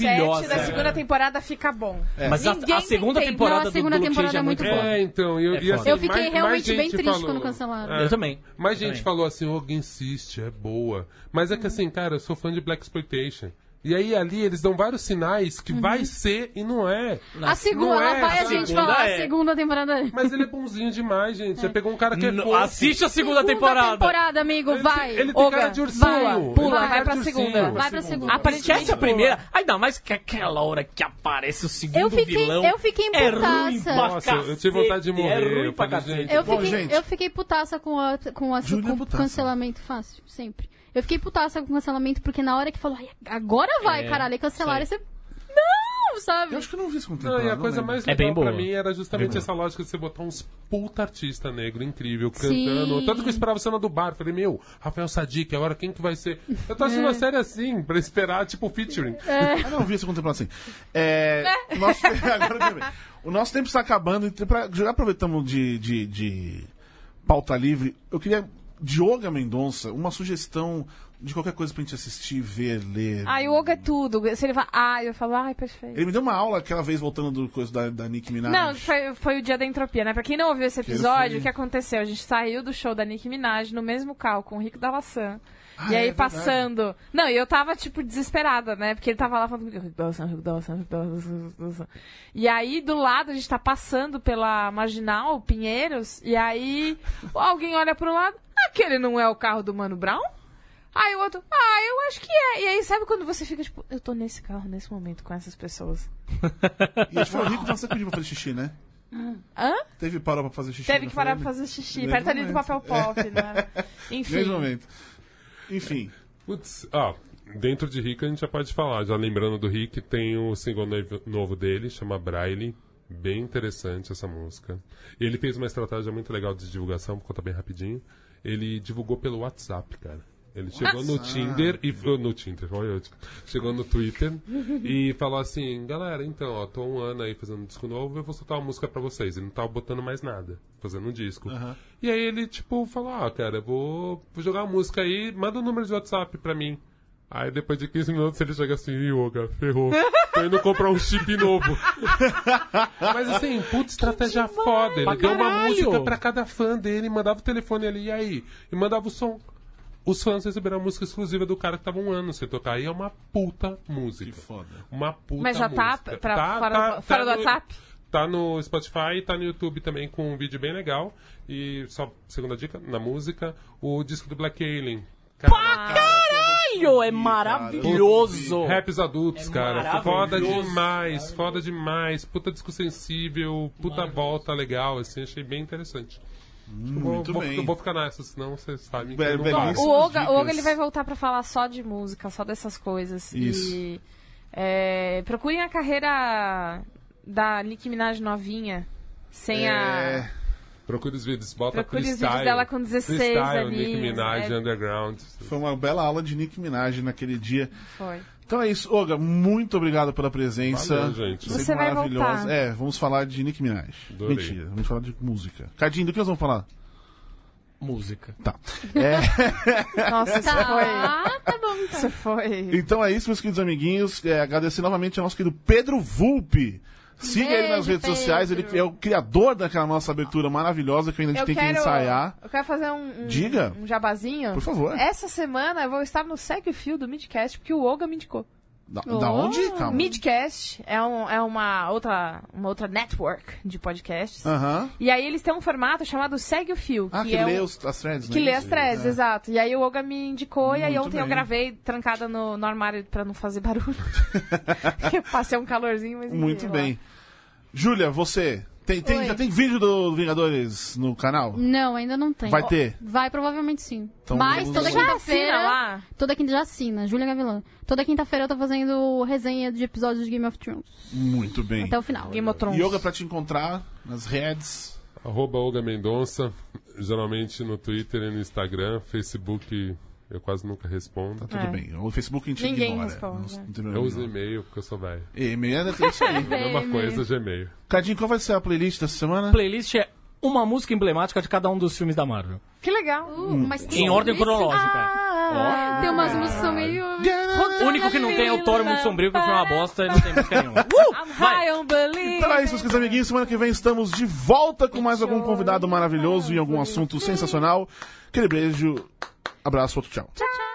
7 da segunda temporada fica bom.
Mas a, a
Ninguém
segunda
entendeu.
temporada
Não, a
do-
segunda
do Luke
temporada
Cage é
é
muito
muito
boa.
É, então,
É
eu, e, assim,
foda.
Eu fiquei
mais- mais
realmente
gente
bem triste
falou-
quando cancelaram.
É.
Eu também.
Mais
Eu
gente
também.
falou assim, "Ô, alguém insiste, é boa. Mas é que assim, cara, eu sou fã de Black Exploitation. E aí ali eles dão vários sinais que vai ser e não é.
Uhum. A segunda,
Não
lá
é,
vai a
a
gente
segunda
falar,
é.
a segunda temporada.
Mas ele é bonzinho demais, gente. Já pegou um cara que é
N-
fofo.
Assiste a segunda temporada.
temporada, amigo,
Ele,
vai.
Ele tem
Olga,
cara de ursinho.
pula,
Ele tem
pula,
cara
vai
de
pra
ursinho.
segunda.
Vai pra segunda.
Esquece a primeira. Ainda mais que aquela hora que aparece o segundo
Eu fiquei-
vilão.
eu fiquei em
é ruim
putaça.
pra
Nossa, eu tive
cacete,
vontade de morrer,
É ruim
eu
pra
falei,
cacete.
gente.
Eu
Bom,
fiquei,
gente.
eu fiquei putaça com, a, com, a,
Júlia
com o
putaça.
cancelamento fácil, sempre. Eu fiquei putaça com o cancelamento, porque na hora que falou, "Ai, agora vai,
É,
caralho, e cancelaram,
sei.
você. Não, sabe?
Eu acho que eu não vi isso com
Não, e a coisa mais
É bem
legal pra
boa.
mim era
Bem
justamente
boa.
essa lógica de você botar uns puta artista negro incrível
Sim.
cantando. Tanto que eu esperava a cena do bar. Falei, meu, Rafael Sadiq, agora quem que vai ser? Eu tô assistindo uma série assim, pra esperar, tipo, featuring.
Eu não vi isso contemplado assim. É, o, nosso, (laughs) agora eu lembrei. o nosso tempo está acabando. Então, pra, já aproveitamos de, de, de pauta livre. Eu queria, Dioga Mendonça, uma sugestão de qualquer coisa pra gente assistir, ver, ler.
Ah, yoga é tudo. Se ele fala, ah, eu falo, ai, perfeito.
Ele me deu uma aula aquela vez voltando do coisa da, da Nick Minaj.
Não, foi, foi o dia da entropia, né? Pra quem não ouviu esse
Que
episódio,
foi-
o que aconteceu? A gente saiu do show da Nicki Minaj no mesmo carro com o Rico da Laçã.
Ah,
e
é
aí,
verdade.
passando. Não, e eu tava, tipo, desesperada, né? Porque ele tava lá falando comigo, Rico da Laçã, Rico da Laçã, Rico da Laçã, Rico da Laçã. E aí, do lado, a gente tá passando pela Marginal, Pinheiros, e aí alguém olha pro lado, aquele não é o carro do Mano Brown? Aí o outro, ah, eu acho que é. E aí, sabe quando você fica, tipo, eu tô nesse carro, nesse momento, com essas pessoas.
E acho que foi o Rico dançando pediu pra fazer xixi, né?
Hum. Hã?
Teve parar pra fazer xixi.
Teve
não
que
foi
parar
ele?
pra fazer xixi.
Nesse
Perto ali do
momento.
papel pop, né?
(laughs)
Enfim.
Nesse momento. Enfim.
Putz, ó, dentro de Rick a gente já pode falar. Já lembrando do Rick, tem o single noivo- novo dele, chama Braille. Bem interessante essa música. Ele fez uma estratégia muito legal de divulgação, vou contar bem rapidinho. Ele divulgou pelo WhatsApp, cara. Ele chegou no Tinder e oh, no Tinder, olha, eu- chegou no Twitter e falou assim, galera, então, ó, tô um ano aí fazendo um disco novo, eu vou soltar uma música pra vocês. Ele não tava botando mais nada, fazendo um disco. E aí ele, tipo, falou, ah, cara, eu vou, vou jogar uma música aí, manda o número de WhatsApp pra mim. Aí depois de 15 minutos ele chega assim, yoga, ferrou. Tô indo comprar um chip novo. (laughs) Mas assim, puta estratégia foda. Ele
Pra
deu uma
caralho.
música pra cada fã dele, mandava o telefone ali, e aí? E mandava o som. Os fãs receberam a música exclusiva do cara que tava um ano sem tocar. E é uma puta música.
Que foda.
Uma puta
Mas já tá
música.
pra- fora do- fora do
no-
WhatsApp?
Tá no Spotify, tá no YouTube também com um vídeo bem legal. E só, segunda dica, na música, o disco do Black Alien. Cara,
Caralho, é maravilhoso!
Raps adultos,
É
cara. Foda
maravilhoso.
demais, foda demais. Puta disco sensível, puta volta legal, assim, achei bem interessante.
Muito
vou,
bem. É
Vou, vou ficar nessa, senão vocês sabem que
Be-
eu não paro.
belíssimo.
O Oga,
dicas.
o Oga ele vai voltar pra falar só de música, só dessas coisas.
Isso.
E, é, procurem a carreira da Nicki Minaj novinha. Sem
É,
a.
Procure os vídeos, bota
Procure os vídeos
freestyle.
dela com 16
freestyle, Nicki
aninhos,
Minaj,
é.
Underground.
Foi uma bela aula de Nick Minaj naquele dia.
Foi.
Então é isso, Olga. Muito obrigado pela presença.
Valeu, gente.
Sempre
Você vai voltar.
É, vamos falar de Nick Minaj.
Adorei.
Mentira, vamos falar de música. Cadinho, do que nós vamos falar?
Música.
Tá. É,
Nossa, isso foi.
Tá, tá bom então.
Isso foi.
então é isso, meus queridos amiguinhos. É, agradecer novamente ao nosso querido Pedro Vulpe. Siga ele nas
Beijo,
redes sociais, ele
Pedro.
é o criador daquela nossa abertura maravilhosa que ainda a gente tem
Eu
que
quero,
ensaiar.
eu quero fazer um, um-
Diga.
um jabazinho.
Por favor.
Essa semana eu vou estar no Segue o Fio do Midcast, porque o Oga me indicou.
Da, da
Oh.
onde? Calma.
Midcast é, um- é uma, outra, uma outra network de podcasts.
Aham.
E aí eles têm um formato chamado Segue o Fio.
Ah, que,
é
lê
um-
os- as threads, né?
que lê as threads,
É.
exato. E aí o Olga me indicou, e aí
Muito
ontem eu
bem.
gravei trancada no, no armário pra não
(laughs)
fazer barulho. (laughs) eu passei um calorzinho, mas.
Muito
enfim,
bem. Júlia, você tem, tem-
Oi.
já tem vídeo do Vingadores no canal?
Não, ainda não
Tá
tem.
Vai ter?
Vai, provavelmente sim.
Então
Mas
vamos-
toda
Já
Lá. Assina
quinta-feira.
lá.
Toda quinta já assina, Júlia Gavilã. Toda quinta-feira eu tô fazendo resenha de episódios de Game of Thrones.
Muito bem.
Até
Então
o final.
Game of Thrones.
Yoga pra te encontrar nas redes.
Arroba Olga Mendonça, geralmente no Twitter e no Instagram, Facebook eu quase nunca respondo.
Tá Tudo
É.
bem. O Facebook a gente
Ninguém
ignora.
responde,
Não-
né?
não tem
Eu
problema
uso
nenhum.
e-mail, porque eu sou velho.
E-mail é isso
(laughs)
aí.
né?
Mesma coisa, Gmail.
Cadinho, qual vai ser a playlist dessa semana?
A playlist é uma música emblemática de cada um dos filmes da Marvel.
Que legal.
Uh, mas tem
Em ordem
isso?
cronológica.
Ah,
Tem umas músicas que são meio.
O único que não tem é o Thor Muito Sombrio, que foi uma bosta e não tem
(laughs)
música nenhuma.
I'm
um-
Uh!
high
Vai!
on belief.
Então é isso, meus queridos amiguinhos. Semana que vem estamos de volta com mais algum convidado maravilhoso e algum assunto sensacional. Aquele beijo, abraço, outro tchau.
Tchau, tchau.